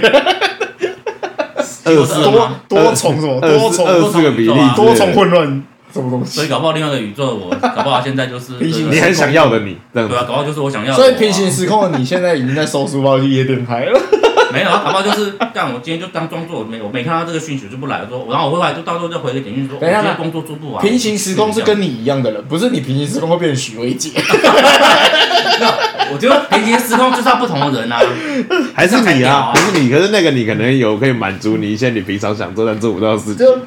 C: 二
B: 是
C: 四
B: 吗
E: 多多重什么
C: 二
E: 多
C: 四
E: 重
C: 二四个比例之类的，
E: 多重混乱什么东
B: 所以
E: 西？
B: 搞不好另外一个宇宙的我，搞不好现在就是
E: 平行
B: 对
C: 你很想要的你这样
B: 对
C: 子
B: 啊，，搞不好就是我想要的我
E: 所
B: 啊。
E: 以平行时空的你现在已经在收书包去夜店拍了。
B: 没有，啊，搞不好就是干。我今天就当装作我没我没看到这个讯息，我就不来了。说，然后我后来就到时候再回个简讯说，我
E: 等一下
B: 今
E: 啦
B: 天工作做不完。
E: 平行时空是跟你一样的人，不是你平行时空会变成许巍 姐。
B: 我觉得平行时空就是要不同的人啊。
C: 还是
B: 这样才
C: 你
B: 屌
C: 啊，
B: 啊
C: 还是你？可是那个你可能有可以满足你一些你平常想做但做不到的事情。
E: 就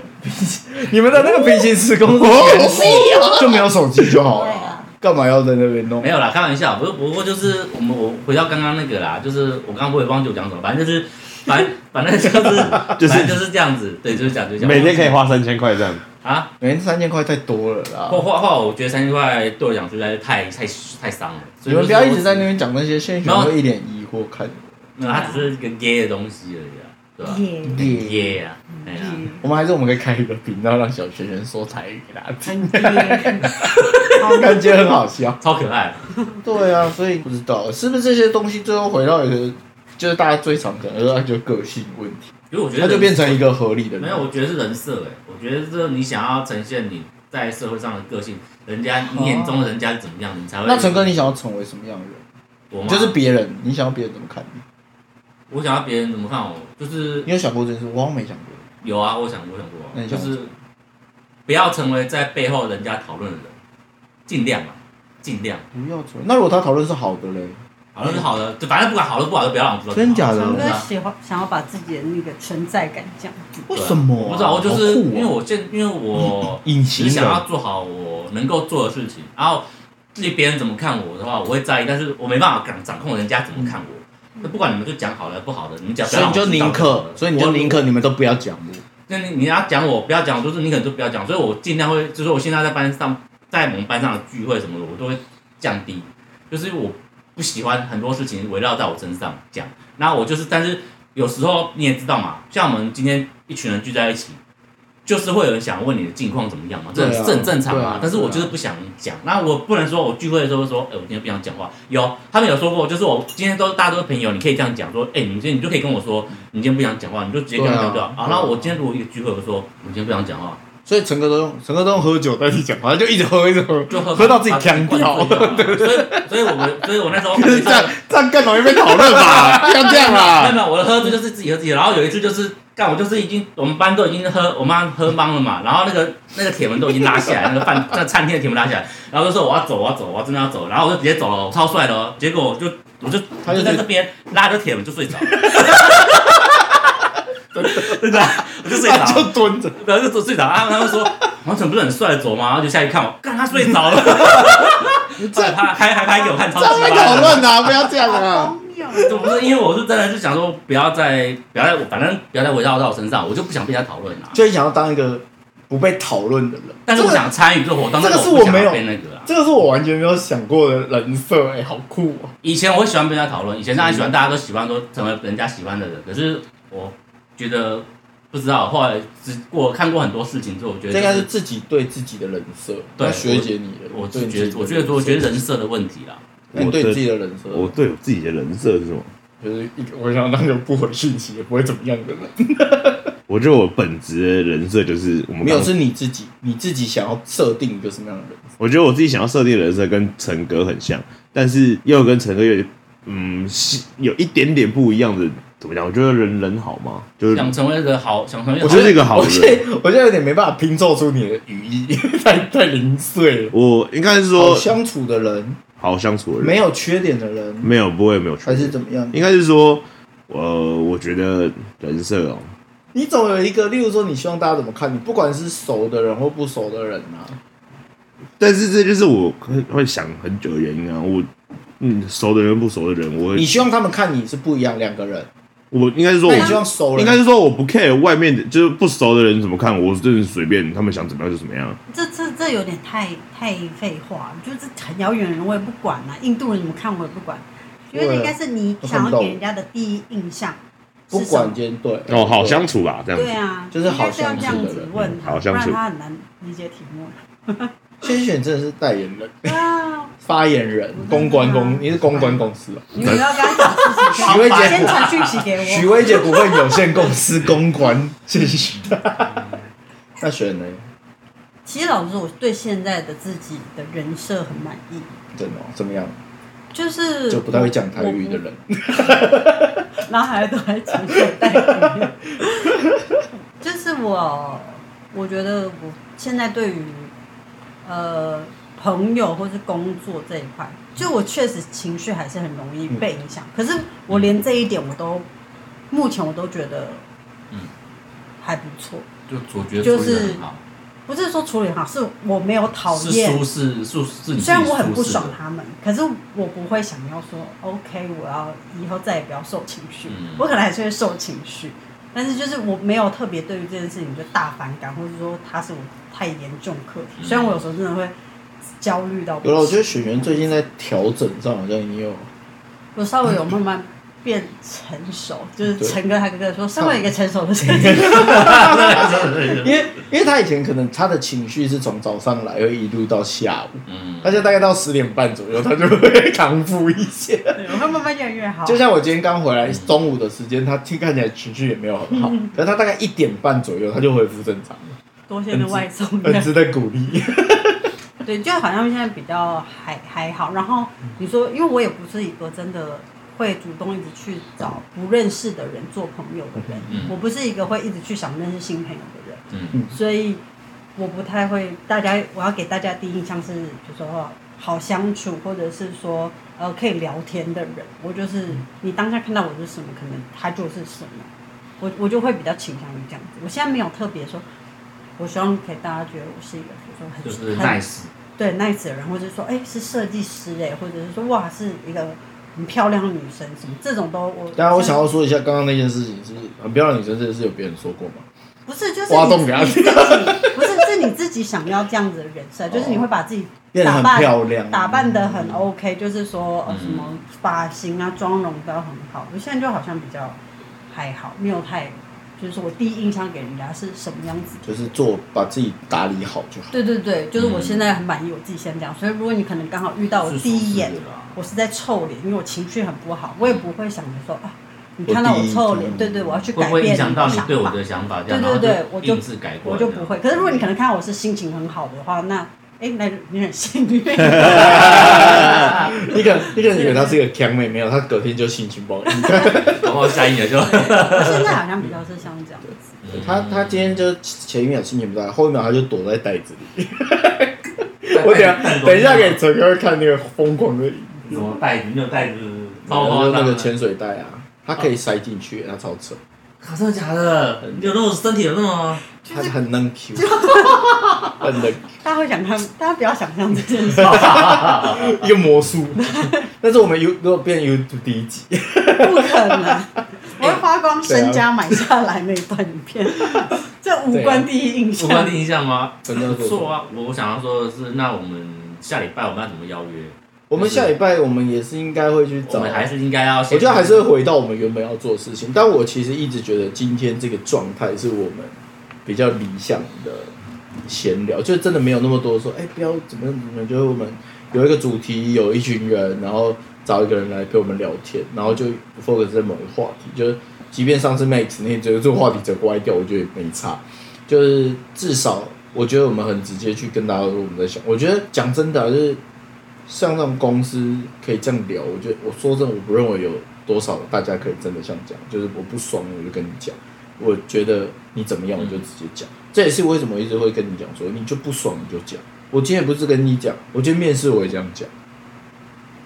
E: 你们的那个平行时空
B: 哦
E: 是就没有手机就好
A: 对
E: 了
A: 啊，
E: 干嘛要在那边弄
B: 没？有啦，开玩笑。不是，不过就是我们我回到刚刚那个啦，就是我刚刚我也忘记我讲什么，反正就是反反正 就是
C: 就是
B: 反正就是这样子，对，就是讲就讲。
C: 每天可以花三千块这样，
B: 啊，
E: 每天三千块太多了啦
B: 画。画画，我觉得三千块对我讲实在是太太太伤了。
E: 你
B: 所以就
E: 们
B: 是
E: 不要一直在那边讲那些，现在学生会一脸疑惑看
B: 没有，它只是一个耶的东西而已啊，对吧？
A: 耶
E: 你。
B: 耶啊，哎呀，
E: 我们还是我们可以开一个频道，让小学生说台语给 大家听，
A: 很 耶，好
E: 感觉很好笑。
B: 超可爱。
E: 对啊，所以不知道是不是这些东西最后回到一个，就是大家最常讲的，那就个性问题，
B: 因为我觉得
E: 那就变成一个合理的人。
B: 没有，我觉得是人设哎、我觉得这你想要呈现你在社会上的个性，人家你眼中的人家是怎么样，你才会。
E: 那陈哥，你想要成为什么样的人？
B: 我啊吗
E: 就是别人，你想要别人怎么看你？
B: 我想要别人怎么看我，就是
E: 你有想过这件事？我好像没想过。
B: 有啊，我想我想过啊
E: 那，你
B: 就
E: 想过
B: 是不要成为在背后人家讨论的人，尽量啊，尽量，
E: 不要做。那如果他讨论是好的嘞？
B: 好像是好的，就反正不管好的不好的不要让我知道。
D: 真假的
A: 强
B: 真
A: 哥
B: 啊
A: 喜欢想要把自己的那个存在感降低，
E: 为什么啊、
B: 我不知道，我就是、
E: 好酷哦
B: 因为我现，因为我
D: 隐
B: 只
D: 形
B: 想
E: 啊
D: 的
B: 要做好我能够做的事情，然后至于别人怎么看我的话，我会在意，但是我没办法掌掌控人家怎么看我。那不管你们就讲好了，不好的你 们讲，
E: 嗯
B: 不
E: 所
B: 要
E: 以你
B: 让我知道
E: 就宁
B: 好
E: 可
B: 了，
E: 所以你就
B: 我
E: 宁可你们都不要讲。
B: 那你你要讲我不要讲，就是你可能就不要讲，所以我尽量会，就是我现在在班上，在我们班上的聚会什么的，我都会降低，就是我不喜欢很多事情围绕在我身上讲。那我就是，但是有时候你也知道嘛，像我们今天一群人聚在一起，就是会有人想问你的近况怎么样嘛，这
E: 对啊
B: 这很正常
E: 对
B: 嘛。
E: 啊
B: 但是我就是不想讲，那我不能说我聚会的时候说，哎、我今天不想讲话。有他们有说过，就是我今天都大家都是朋友，你可以这样讲说，哎、你今天你就可以跟我说，你今天不想讲话，你就直接跟我讲就好。
E: 对啊
B: 啊，那我今天如果一个聚会，我说我今天不想讲话，
E: 所以陈哥都用陈哥都用喝酒代替讲话，就一直喝一直喝，
B: 就喝
E: 喝到自己呛
B: 把
E: 掉。
B: 自己灌醉就好了所以，所以我们，所以我那时候
E: 可是 这样这样更容易被讨论吧？
C: 啊
E: 不要这样
B: 没有
E: 啦。
B: 没有，我的喝醉就是自己喝自己的。然后有一次就是干，我就是已经我们班都已经喝，我妈喝懵了嘛。然后那个那个铁门都已经拉下来，那个饭那餐厅的铁门拉下来，然后就说我要走，我要走，我要真的要走。然后我就直接走了，我超帅的哦。结果我就我就
E: 他就
B: 在这边拉着铁门就睡着了，真的，我就睡着
E: 他就
B: 了，
E: 蹲着，
B: 然后就睡着。然啊后他们说王晨不是很帅的走吗？然后就下去看我，干他 睡着了，
E: 这
B: 还还还拍给我看，超
E: 这样
B: 级
E: 被讨论 啊！不要这样啊！
A: 荒谬。哦
B: 就不是因为我是真的是想说，不要再不要再我反正不要再围绕到我身上，我就不想被人家讨论啦。
E: 就想要当一个不被讨论的人，
B: 但是我
E: 这个
B: 想参与这个活动，
E: 这个
B: 但
E: 是
B: 我不
E: 我
B: 想
E: 没有
B: 要被那个啦。啊
E: 这个是我完全没有想过的人设，哎，好酷哦！
B: 以前我喜欢被人家讨论，以前当然
E: 嗯
B: 喜欢大家都喜欢说成为人家喜欢的人，可是我觉得不知道，后来只过看过很多事情之后，我觉得
E: 这应
B: 就
E: 该是
B: 是
E: 自己对自己的人设，
B: 对
E: 那学姐你的，
B: 我
E: 对
B: 是
E: 你
B: 觉
E: 自
B: 得
E: 己
B: 我
E: 的
B: 觉得我觉得
E: 设
B: 人设的问题啦。
E: 那你对
C: 我的
E: 自己的人设，
C: 我对我自己的人设是什么？
E: 就是一个我想当个不回讯息也不会怎么样的人。
C: 我觉得我本职的人设就是我们
E: 没有
C: 刚
E: 是你自己，你自己想要设定一个什么样的人？
C: 我觉得我自己想要设定的人设跟陈哥很像，但是又跟陈哥有嗯是有一点点不一样的，怎么讲？我觉得人人好嘛，就是
B: 想成为一个好，想成为一个
C: 我
B: 好
C: 觉得是一个好
E: 嗯我现在
C: 人。
E: 我现在有点没办法拼凑出你的语义，太太零碎了。
C: 我应该是说
E: 好相处的人，
C: 好相处的人，
E: 没有缺点的人，
C: 没有不会没有缺
E: 还是
C: 点，
E: 怎么样？
C: 应该是说呃，我觉得人设哦，
E: 你总有一个，例如说，你希望大家怎么看你，不管是熟的人或不熟的人啊，
C: 但是这就是我会会想很久的原因啊。我嗯，熟的人跟不熟的人，我
E: 你
C: 会
E: 希望他们看你是不一样两个人，
C: 我应该是说
E: 那
C: 我
E: 你希望熟人
C: 应该是说我不 care 外面的，就是不熟的人怎么看我，真的随便他们想怎么样就怎么样。
A: 这这这有点太太废话，就是很遥远的人我也不管了、印度人怎么看我也不管，因为应该是你想要给人家的第一印象
E: 不
A: 是什
E: 管
A: 么。
E: 间对
C: 哦，好相处吧，这样子
A: 对。啊，
E: 就是好
A: 应该是要这样
E: 相处的
A: 子
E: 人
A: 问他，
C: 好相
A: 不
C: 处
A: 然他很难理解题 目。
E: 先选真的是代言人、
A: 啊，
E: 发言人、公关公，你是公关公司吧？啊
A: 你们要跟他讲事情，
E: 徐薇姐
A: 先传讯息给
E: 许
A: 我。
E: 薇姐股份有限公司公关，谢谢。嗯那选呢？
A: 其实老实说，我对现在的自己的人设很满意，
E: 真的哦怎么样？
A: 就是
E: 就不太会讲台语的人，
A: 我， 然后还都还讲现代语， 就是我，我觉得我现在对于呃朋友或是工作这一块，就我确实情绪还是很容易被影响，可是我连这一点我都，目前我都觉得，
B: 嗯
A: 还不错。
B: 就我觉得
A: 就
B: 处理得
A: 是
B: 很好，
A: 不是说处理好，是我没有讨
B: 是
A: 厌
B: 舒适舒适，你
A: 虽然
B: 自己
A: 我很不
B: 舒适的
A: 爽他们，可是我不会想要说 OK，我要以后再也不要受情绪。
B: 嗯
A: 我可能还是会受情绪，但是就是我没有特别对于这件事情就大反感，或者说它是我太严重的课题。
B: 嗯
A: 虽然我有时候真的会焦虑到不
E: 有
A: 行，
E: 了，我觉得选员最近在调整上好像已经有
A: 我稍微有慢慢变成熟，就是
E: 对
A: 陈哥他哥哥说，身为一个成熟 的成年人，
E: 因为因为他以前可能他的情绪是从早上来，会一路到下午，
B: 嗯，
E: 他就大概到十点半左右，他就会康复一 些。
A: 对我会慢慢越来越好。
E: 就像我今天刚回来，中午的时间，他听看起来情绪也没有很好，可是他大概一 点半左右，他就恢复正常了，呃
A: 多谢的外送
E: 很
A: 的，
E: 值得鼓励。
A: 对，就好像现在比较还还好。然后你说，因为我也不是一个真的会主动一直去找不认识的人做朋友的人，
B: 嗯
A: 我不是一个会一直去想认识新朋友的人。
B: 嗯，
A: 所以我不太会，大家我要给大家第一印象是，就说好相处，或者是说呃可以聊天的人。我就是你当下看到我是什么，可能他就是什么，我我就会比较倾向于这样子。我现在没有特别说，我希望给大家觉得我是一个，比
B: 就
A: 如说
B: 是
A: 很很
B: nice，
A: 对 nice 的人，或者是说哎、是设计师哎、或者是说哇是一个很漂亮的女生什么这种都我。
E: 当然，啊我想要说一下刚刚那件事情是很漂亮的女生，这件事有别人说过吗？
A: 不是，就是
E: 挖
A: 你
E: 洞给他
A: 你自己，不是是你自己想要这样子的人 设，就是你会把自己
E: 变得
A: 打
E: 很
A: 扮
E: 漂亮，
A: 打扮的很 OK，就是说呃
B: 嗯
A: 什么发型啊、妆容都很好。我现在就好像比较还好，没有太，就是说我第一印象给人家是什么样子。
E: 就是做把自己打理好就好。
A: 对对对，就是我现在很满意我自己先这样。所以如果你可能刚好遇到我
B: 是
A: 第一眼
B: 舒适，的啦
A: 我是在臭脸，因为我情绪很不啊好，我也不会想着说啊，你看到我臭脸，
E: 我第一
A: 对对，我要去
B: 会
A: 改
B: 不会
A: 变
B: 影
A: 你的
B: 响到你对我
A: 想法
B: 的想法？这
A: 对
B: 样，
A: 对对
B: 然，后
A: 我
B: 就
A: 就
B: 硬是改过
A: 我
B: 来这
A: 就
B: 样，
A: 不会。可是如果你可能看我是心情很好的话，那哎，那你很幸运。
E: 一个一个人以为她是一个强妹，没有，她隔天就性情暴力。
B: 然后下一 年就，
A: 我现在好像比较是像这样子，
E: 她她今天就前一秒心情不太好，后一秒她就躲在袋子里。
B: 天
E: 我等一 下等一 下给陈哥看那个疯狂的影
B: 什么袋子，没有袋子，
E: 然
B: 包
E: 后
B: 包
E: 那个潜水袋啊，它可以塞进去，它超扯，
B: 靠，啊真的假的？你有那种身体有那么
E: 它很能 Q，很能 Q，
A: 大家会想看，大家不要想象这件事，
E: 一个魔术。但是我们 U 如果变 YouTube 第一集，
A: 不可 能。我会花光身家买下来那段影 片，这啊无关第一印
B: 无
A: 象
B: 关。第一印象吗？
E: 真的
B: 不错啊，我我想要说的是，那我们下礼拜我们要怎么邀约？
E: 我们下礼拜我们也是应该会去
B: 我
E: 找，
B: 们还是应该要先，
E: 我觉得还是会回到我们原本要做的事情。但我其实一直觉得今天这个状态是我们比较理想的闲聊，就真的没有那么多说，哎、不要怎么样怎么样，就是我们有一个主题，有一群人，然后找一个人来陪我们聊天，然后就 focus 在某一个话题。就是即便上次 Max 那这个这个话题整个歪掉，我觉得也没差。就是至少我觉得我们很直接去跟大家说我们在想。我觉得讲真的啊、就是像那种公司可以这样聊，我觉得我说真的，我不认为有多少大家可以真的像这样，就是我不爽我就跟你讲，我觉得你怎么样我就直接讲，这也是为什么我一直会跟你讲说，你就不爽你就讲。我今天也不是跟你讲，我今天面试我也这样讲，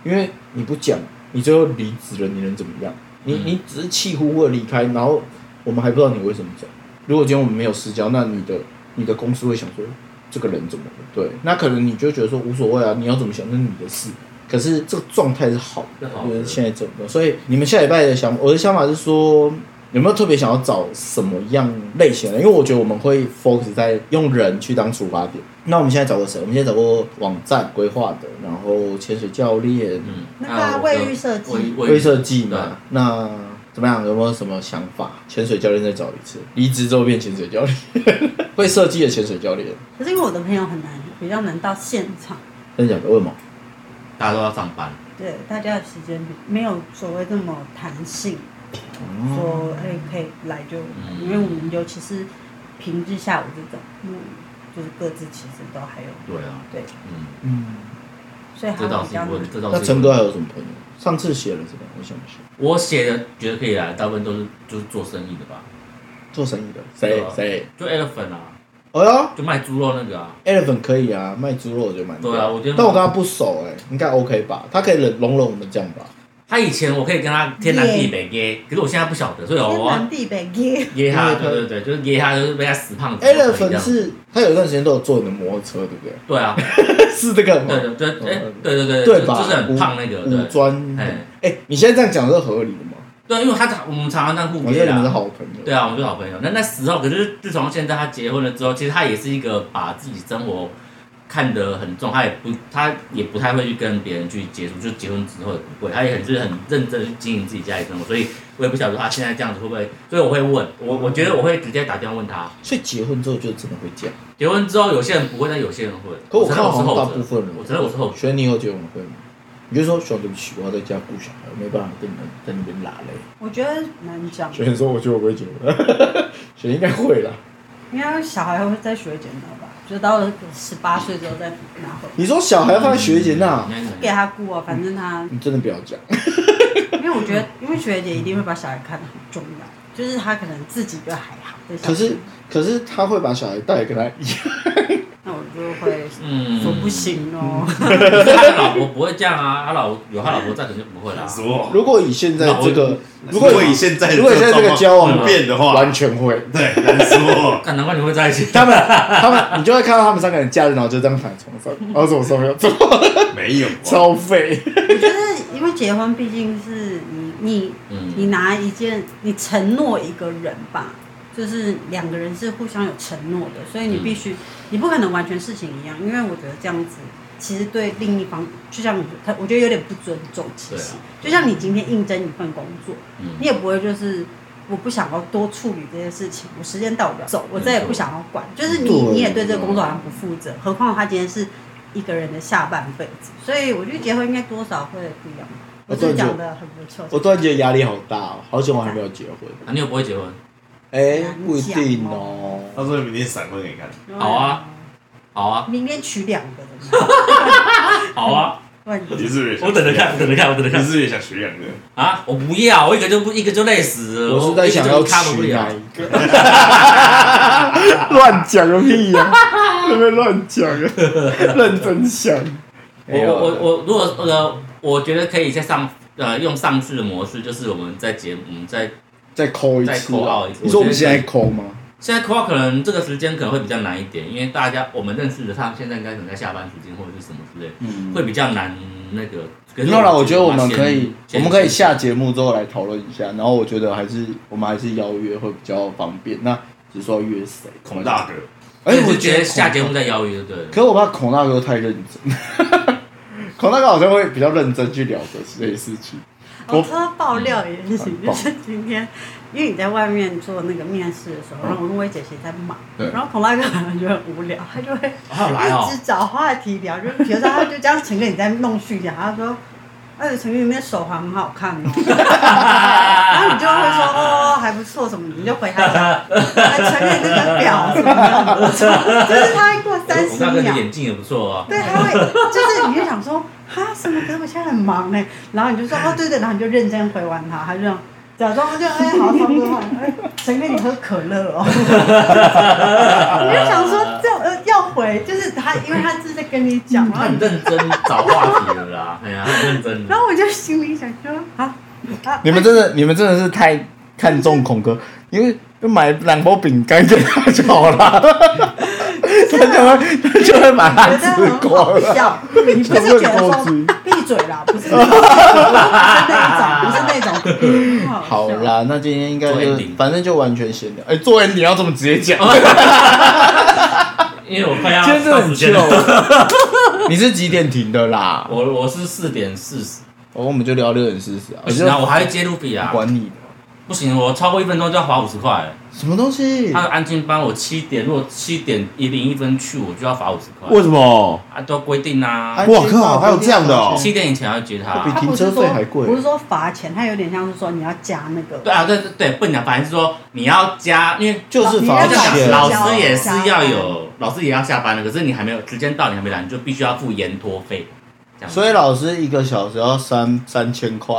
E: 因为你不讲，你最后离职了，你能怎么样？你
B: 嗯
E: 你只是气呼呼的离开，然后我们还不知道你为什么走。如果今天我们没有私交，那你的你的公司会想说这个人怎么了？对，那可能你就觉得说无所谓啊，你要怎么想那是你的事。可是这个状态是好的，
B: 是好的
E: 就是现在这种，所以你们下礼拜的想，我的想法是说，有没有特别想要找什么样类型的？因为我觉得我们会 focus 在用人去当出发点。那我们现在找过谁？我们现在找过网站规划的，然后潜水教练、
B: 嗯，
A: 那个啊
B: 我
A: 卫浴设计
B: 卫卫浴
E: 微设计嘛。那怎么样？有没有什么想法？潜水教练再找一次，离职之后变潜水教练， 会设计的潜水教练。
A: 可是因为我的朋友很难，比较难到现场，
E: 真的假的？为什么？
B: 大家都要上班，
A: 对大家的时间没有所谓这么弹性，说哎可以来就来，
B: 嗯
A: 因为我们尤其是平日下午这种，嗯，就是各自其实都还有
B: 对啊，
A: 对，
B: 嗯，
E: 嗯，
A: 所以
B: 这
A: 他
B: 倒
A: 比
B: 是一
A: 较
B: 个
A: 难
B: 问，。这倒是一
E: 那
B: 个
E: 陈哥还有什么朋友？上次写了什么？我想一下，
B: 我写的觉得可以来，大部分都是就是做生意的吧，
E: 做生意的
B: 对
E: 谁
B: 啊
E: 谁？
B: 就 elephant 啊，
E: 哎呦
B: 就卖猪肉那个啊，
E: ，Elephant 可以啊，卖猪肉我觉得蛮屌
B: 对啊我觉得
E: 但我跟他不熟哎、应该 OK 吧？他可以忍容忍我们这样吧？
B: 他以前我可以跟他天南地北耶，可是我现在不晓得，所以
A: 嗯天
B: 我哦
A: 南
B: 要
A: 地北耶，
B: 耶他，
E: 因为他
B: 对对对，就是耶他，就是被他死胖子
E: Elephant
B: 这样
E: 是他有一段时间都有坐你的摩托车，对不 对？
B: 对啊，
E: 是这个吗？
B: 对对对，哎，对对对，
E: 哦对
B: 就
E: 吧？
B: 就是很胖那
E: 五
B: 个，
E: 五
B: 对
E: 专。
B: 哎
E: 哎，你现在这样讲是合理的吗？
B: 对，因为他常我们常常当互
E: 我觉
B: 约
E: 哦得你们是
B: 啊，
E: 好朋友。
B: 对啊，我们是好朋友。那那时候，可是自从现在他结婚了之后，其实他也是一个把自己生活看得很重，他也不他也不太会去跟别人去接触，就结婚之后也不会，他也很就是很认真的去经营自己家里生活，所以我也不晓得他现在这样子会不会，所以我会问我，我觉得我会直接打电话问他。
E: 所以结婚之后就真的会这样。
B: 结婚之后，有些人不会，但有些人会。
E: 可我
B: 承
E: 看
B: 认我
E: 好像
B: 是后
E: 大
B: 者，
E: 部分人，
B: 我承认我是后者。
E: 所以你以后结婚会吗？你就说兄对不起，我要在家顾小孩，我没办法跟你们在那边拉嘞。
A: 我觉得难讲。
E: 学 员说，我觉得我不会结婚，学员应该会啦。
A: 应该小孩会再学剪刀吧？就到了十八岁之后再拿回来，
E: 你说小孩放在学姐那，
B: 嗯
A: 给他顾啊，反正他
E: 你真的不要讲。
A: 因为我觉得，因为学姐一定会把小孩看得很重要，就是她可能自己就还好，对小孩
E: 可是可是他会把小孩带给他一样，
A: 那我就会
B: 嗯
A: 说不，行 哦。
B: 可是他老婆不会这样啊，他老有他老婆在，肯定 不会啦。。
C: 说
E: 如果以现在这个，如果
C: 以现在的
E: 如果以现在这个交往
C: 状况变的话，
E: 完全会，
C: 对难说
B: 看，难怪你会在一起。
E: 他们他们你就会看到他们三个人假日，然后就这样躺在床上，然后怎么受不了，怎么
C: 没有啊，
E: 超废。
A: 我觉得，因为结婚毕竟是你你
B: 嗯，
A: 你拿一件，你承诺一个人吧，就是两个人是互相有承诺的，所以
B: 嗯
A: 你必须，你不可能完全事情一样，因为我觉得这样子其实对另一方，就像我他，我觉得有点不尊重。其
B: 啊
A: 实，就像你今天应征一份工作，
B: 嗯
A: 你也不会就是我不想要多处理这些事情，我时间到我就走，我再也不想要管。就是你
E: 对
A: 你也对这个工作好像不负责，何况他今天是一个人的下半辈子，所以我觉得结婚应该多少会不一样。我
E: 我
A: 是
E: 突然觉得
A: 讲的很不错，
E: 我突然觉得压力好大哦，好久我还没有结婚。
B: 啊你又不会结婚，
E: 哎，不一定哦。
C: 到时候明天闪婚给你看。
B: 好啊，好啊，
A: 明天娶两个怎 么样？
B: 好啊，
A: 不然
C: 你是不是也想
B: 我等着看，我等着看，我等着
C: 你
B: 看
C: 是不是也想学两个？
B: 啊！我不要，我一个就不一个就累死了，
E: 我是在想要
B: 我一个就卡不
E: 娶
B: 了
E: 哪。一个？乱讲个屁呀！在那乱讲啊，认真想。
B: 我
E: 啊
B: 我我我如果呃，我觉得可以再上呃用上次的模式，就是我们在节目我们在
E: 再抠一
B: 再
E: 次
B: 扣
E: 啊
B: 二一次。
E: 你说我
B: 我觉得
E: 们现在抠吗？
B: 现在 c a 可能这个时间可能会比较难一点，因为大家我们认识的他现在应该可能在下班时间或者是什么之类，
E: 嗯，
B: 会比较难那个。可是
E: 那了，我觉得我们可以我
B: 先，先
E: 们可以下节目之后来讨论一下。然后我觉得还是我们还是邀约会比较方便。那只是说要约谁？
C: 孔大哥，
E: 哎，
B: 我
E: 我
B: 就觉得
E: 孔
B: 下节目再邀约，对了。
E: 可是我怕孔大哥太认真， 孔大哥好像会比较认真去聊这这些事情。
A: 我
E: 我
A: 偷偷爆料一件事情，
E: 嗯
A: 就是今天，因为你在外面做那个面试的时候，然后我跟薇姐姐在忙，
E: 嗯对
A: 然后孔大哥好像就很无聊，他就会
B: 还有来哦
A: 一直找话题聊，就是比如说他就这样陈哥你在弄虚假，他说。哎，陈哥，你那手环很好看 哦。然后你就会说哦，还不错什么，你就回他说，哎，陈哥，你那个表什么的很不 错，就是他会过三
B: 我
A: 十
B: 大哥你
A: 秒，
B: 眼镜也不错哦。
A: 对，他会 就是你就想说哈什么？可是我现在很忙哎、然后你就 说哦对对，然后你就认真回完他，他就这样假装就哎好差不多了，哎陈哥你喝可乐哦， 你就想说这呃要回，就是他因为他是在跟你讲，然
B: 他
A: 后
B: 很
A: 你
B: 认真找话题了啦，哎呀，他很认真。
A: 然后我就心里想说 啊啊，
E: 你们真
B: 哎
E: 的，你们真的是太看重孔哥，因为就买两包饼干给他就好了，他就会他就会把它
A: 觉得
E: 吃
A: 很
E: 光
A: 好
E: 了。
A: 哦笑，啊你不是觉得说闭嘴啦， 不是那种，不是那种，不是那种，
E: 好
A: 笑。
E: 啦，那今天应该
B: 做
E: 就
B: ending
E: 反正就完全闲聊。哎，做人你要这么直接讲，
C: 啊
B: 因为我快要
E: 今天真的
B: 到
E: 很
B: 时间了，
E: 糗。 你是几点停的啦？ 哦
B: 我我是四点四十，
E: 我我们就聊六点四十啊，
B: 不行啊，我还会接录比啊，
E: 管你的。
B: 不行，我超过一分钟就要罚五十块。
E: 什么东西
B: 他？的安静班我七点，如果七点一零一分去，我就要罚五十
C: 为
B: 块。
C: 什么？
B: 啊，都规定啊，
C: 哇靠还有这样的
E: 啊
C: 哦
B: 七点以前要接他
E: 比。
A: 他啊不
E: 停
A: 是
E: 车
A: 说
E: 费还贵
A: 不是说罚钱，他有点像是说你要加那个。
B: 对啊，对对对，不能反正是说你要加，因为
E: 就是罚
B: 我就想
E: 钱。
B: 老师也是要有，老师也要下班了，可是你还没有时间到，你还没来，你就必须要付延托费。这样子
E: 所以老师一个小时要三三千块，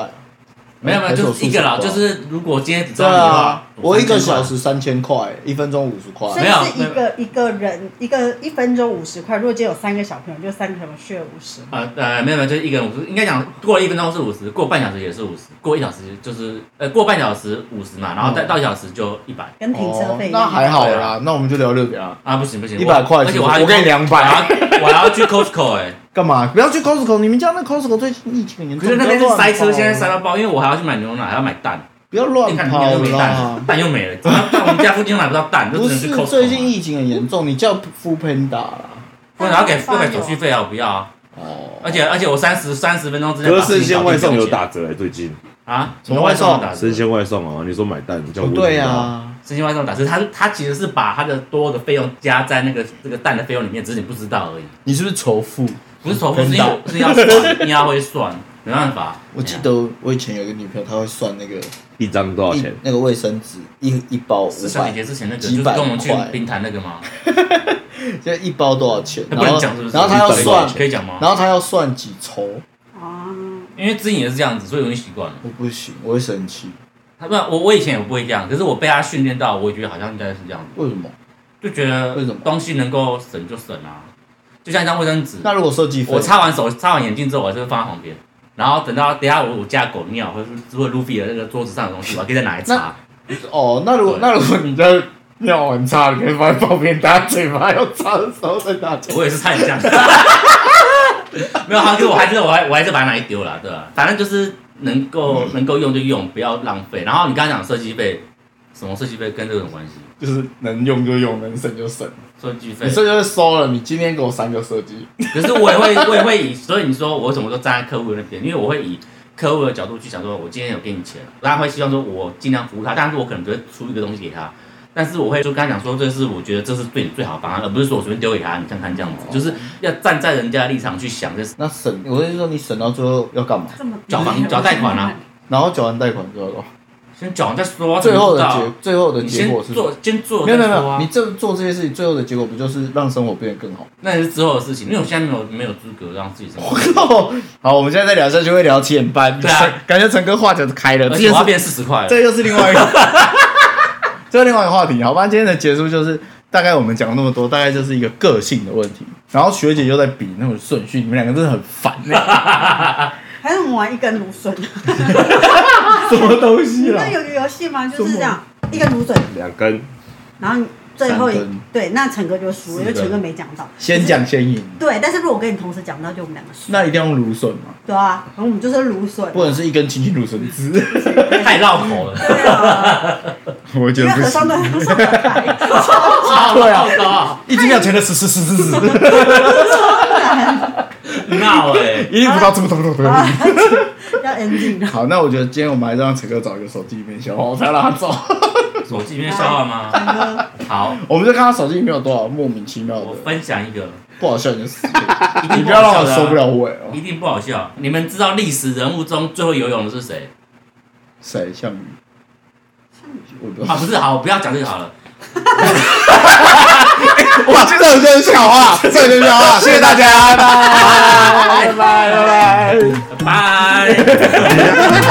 B: 没有没有，
E: 还是
B: 就
E: 我
B: 是一个啦，
E: 数学不
B: 就
E: 好
B: 是如果今天只
E: 对
B: 招你的话
E: 啊，，我一个
B: 3000块
E: 小时三千块，一分钟五十块
A: 所以
B: 啊没有
A: 是一个一个人一个一分钟五十块，如果今天有三个小朋友，就三个小朋友 share 五十。
B: 呃呃，没有没有，就是一个人五十，应该讲过了一分钟是五十，过半小时也是五十，过一小时就是呃过半小时五十嘛，然
E: 嗯
B: 后再到一小时就一百、
A: 跟停车费一样、
E: 哦那还好
B: 对
E: 啦
B: 啊，
E: 那我们就聊六点啊，
B: 啊，不行不行，
E: 一百块，
B: 而且我还
E: 我给你两
B: 我还
E: 百，
B: 要我还要去 Costco 哎、
E: 干嘛？不要去 Costco，你们家那 Costco 最近疫情很严
B: 可
E: 重，
B: 是那边是塞车，
E: 不要乱跑啊
B: 现在塞到爆，因为我还要去买牛奶，还要买蛋，
E: 不要
B: 你
E: 乱
B: 看你
E: 跑
B: 又没蛋
E: 啦，。
B: 蛋 又没了，怎么我们家附近又买不到蛋，就
E: 不
B: 只能去
E: 是
B: Costco 啊嘛。
E: 最近疫情很严重，你叫 Food Panda 啦。
B: 不然还要给要给手续费啊，我不要啊！
E: 哦，
B: 而且而且我三十三十分钟之内
C: 可
B: 把
C: 是生
B: 事情
C: 鲜
B: 搞定
C: 外送
B: 不用
C: 有
B: 钱
C: 打折哎，最近
B: 啊？
E: 什么外送
B: 打折
C: 生鲜外送啊，你说买蛋叫
E: 不
C: 温
E: 对
C: 的
E: 啊，
B: 生鲜外送打折，它它其实是把它的多的费用加在那个这个蛋的费用里面，只是你不知道而已。
E: 你是不是仇富？
B: 不是重复，
E: 真
B: 是
E: 的
B: 因为是要算，你要会算，没办法。哎
E: 我记得我以前有个女朋友，她会算那个
C: 一张多少
E: 一
C: 钱？
E: 那个卫生纸一一包
B: 是
E: 五
B: 小
E: 百
B: 姐姐之前那个，就是
E: 几
B: 跟
E: 百
B: 我们去
E: 块，
B: 冰潭那个吗？
E: 就一包多少钱，
B: 那
E: 然
B: 不能
E: 后
B: 讲是不是？
E: 然后他要
C: 一百块
E: 算，
B: 可以讲吗？
E: 然后他要算几抽，
A: 哦，
B: 因为之前也是这样子，所以容易习惯了。
E: 我不行，我会生气。
B: 他不然，我我以前也不会这样，可是我被他训练到，我也觉得好像应该是这样子，
E: 为什么？
B: 就觉得
E: 为什么
B: 东西能够省就省啊，就像一张卫生纸，
E: 那如果设计费，
B: 我擦完手擦完眼镜之后，我还是会放在旁边。然后等到等一下我我家狗尿，或者是如果 Luffy 的那个桌子上的东西，我还可以再拿来擦。
E: 哦，那如果
B: 对
E: 那如果你在尿完擦，你可以放在旁边，大家嘴巴要擦的时候再拿起来。
B: 我也是差点这样。 没有，好，就是我还是我还我还是把它拿来丢了，对吧、啊反正就是能够能够用就用，不要浪费。然后你刚刚讲设计费，什么设计费跟这个有什么关系？
E: 就是能用就用，能省就省。
B: 设计费
E: 你，这就是收了，你今天给我三个设计，
B: 可是我也会 我也会以，所以你说我怎么都站在客户那边，因为我会以客户的角度去想说，我今天有给你钱，大家会希望说我尽量服务他，但是我可能只会出一个东西给他，但是我会就跟他讲说，这是我觉得这是对你最好的方案，而不是说我随便丢给他，你看看这样子，
E: 哦
B: 就是要站在人家的立场去想，这是
E: 那省，我跟你说，你省到最后要干嘛？
A: 这么低
B: 缴房缴贷款啊，
E: 然后缴完贷款之后，
B: 先讲完再说啊，
E: 最后
B: 怎
E: 的
B: 么知道
E: 结，最后的
B: 你
E: 结
B: 先
E: 果是什么
B: 做先做
E: 没有没有没
B: 再说
E: 有，
B: 啊
E: 你这做这些事情，最后的结果不就是让生活变得更好？
B: 那也是之后的事情，因为我现在没有没有资格让自己生活，
E: 好，我们现在再聊下去会聊七点半，
B: 对啊，
E: 感觉陈哥话匣子开了，
B: 而
E: 这
B: 且
E: 就
B: 我要
E: 是
B: 变四十块了，
E: 这又是另外一个， 这是另外一个话题。好吧，今天的结束就是大概我们讲了那么多，大概就是一个个性的问题。然后学姐又在比那种顺序，你们两个真的很烦欸
A: 还是我们玩一根芦笋？
E: 什么东西
A: 你
E: 啊啦
A: 们？有个游戏吗？就是这样，一根芦笋，
C: 两根，
A: 然后最后一
E: 三根
A: 对，那陈哥就输了，因为
B: 四
A: 陈
B: 根
A: 哥没讲到。
E: 先讲先赢，
A: 对，但是如果我跟你同时讲到，就我们两个输。
E: 那一定要用芦笋嘛，
A: 对啊，然后我们就是芦笋。
E: 不能是一根青青芦笋枝，
B: 太绕口了，
A: 对啊，
E: 我觉
A: 因为
E: 得不
A: 和尚
E: 行。
A: 都和尚牌，
E: 对啊
B: 好哎高啊，
E: 一斤两钱的十十十十十，
B: 闹哎。
E: 一定不到这么多多多。
A: 要 ending 了。
E: 好，那我觉得今天我们还是让陈哥找一个手机里面消化，我才让他走。
B: 手机里面笑话吗？
A: 陈哥
B: 好，
E: 我们就看他手机里面有多少莫名其妙
B: 我
E: 的，
B: 分享一 个，
E: 不好笑你就死了，
B: 一定
E: 你不要让
B: 好
E: 我
B: 笑的啊
E: 受不，了尾哦。
B: 一定不好笑。你们知道历史人物中最会游泳的是谁？
E: 谁？项羽？我不知
B: 啊，
E: 道。
B: 不是，好，不要讲这个好了。
C: 哇，这个真 巧啊，这个真巧啊，谢谢大家，拜拜。
E: 拜拜拜拜。
B: 拜。
E: 啊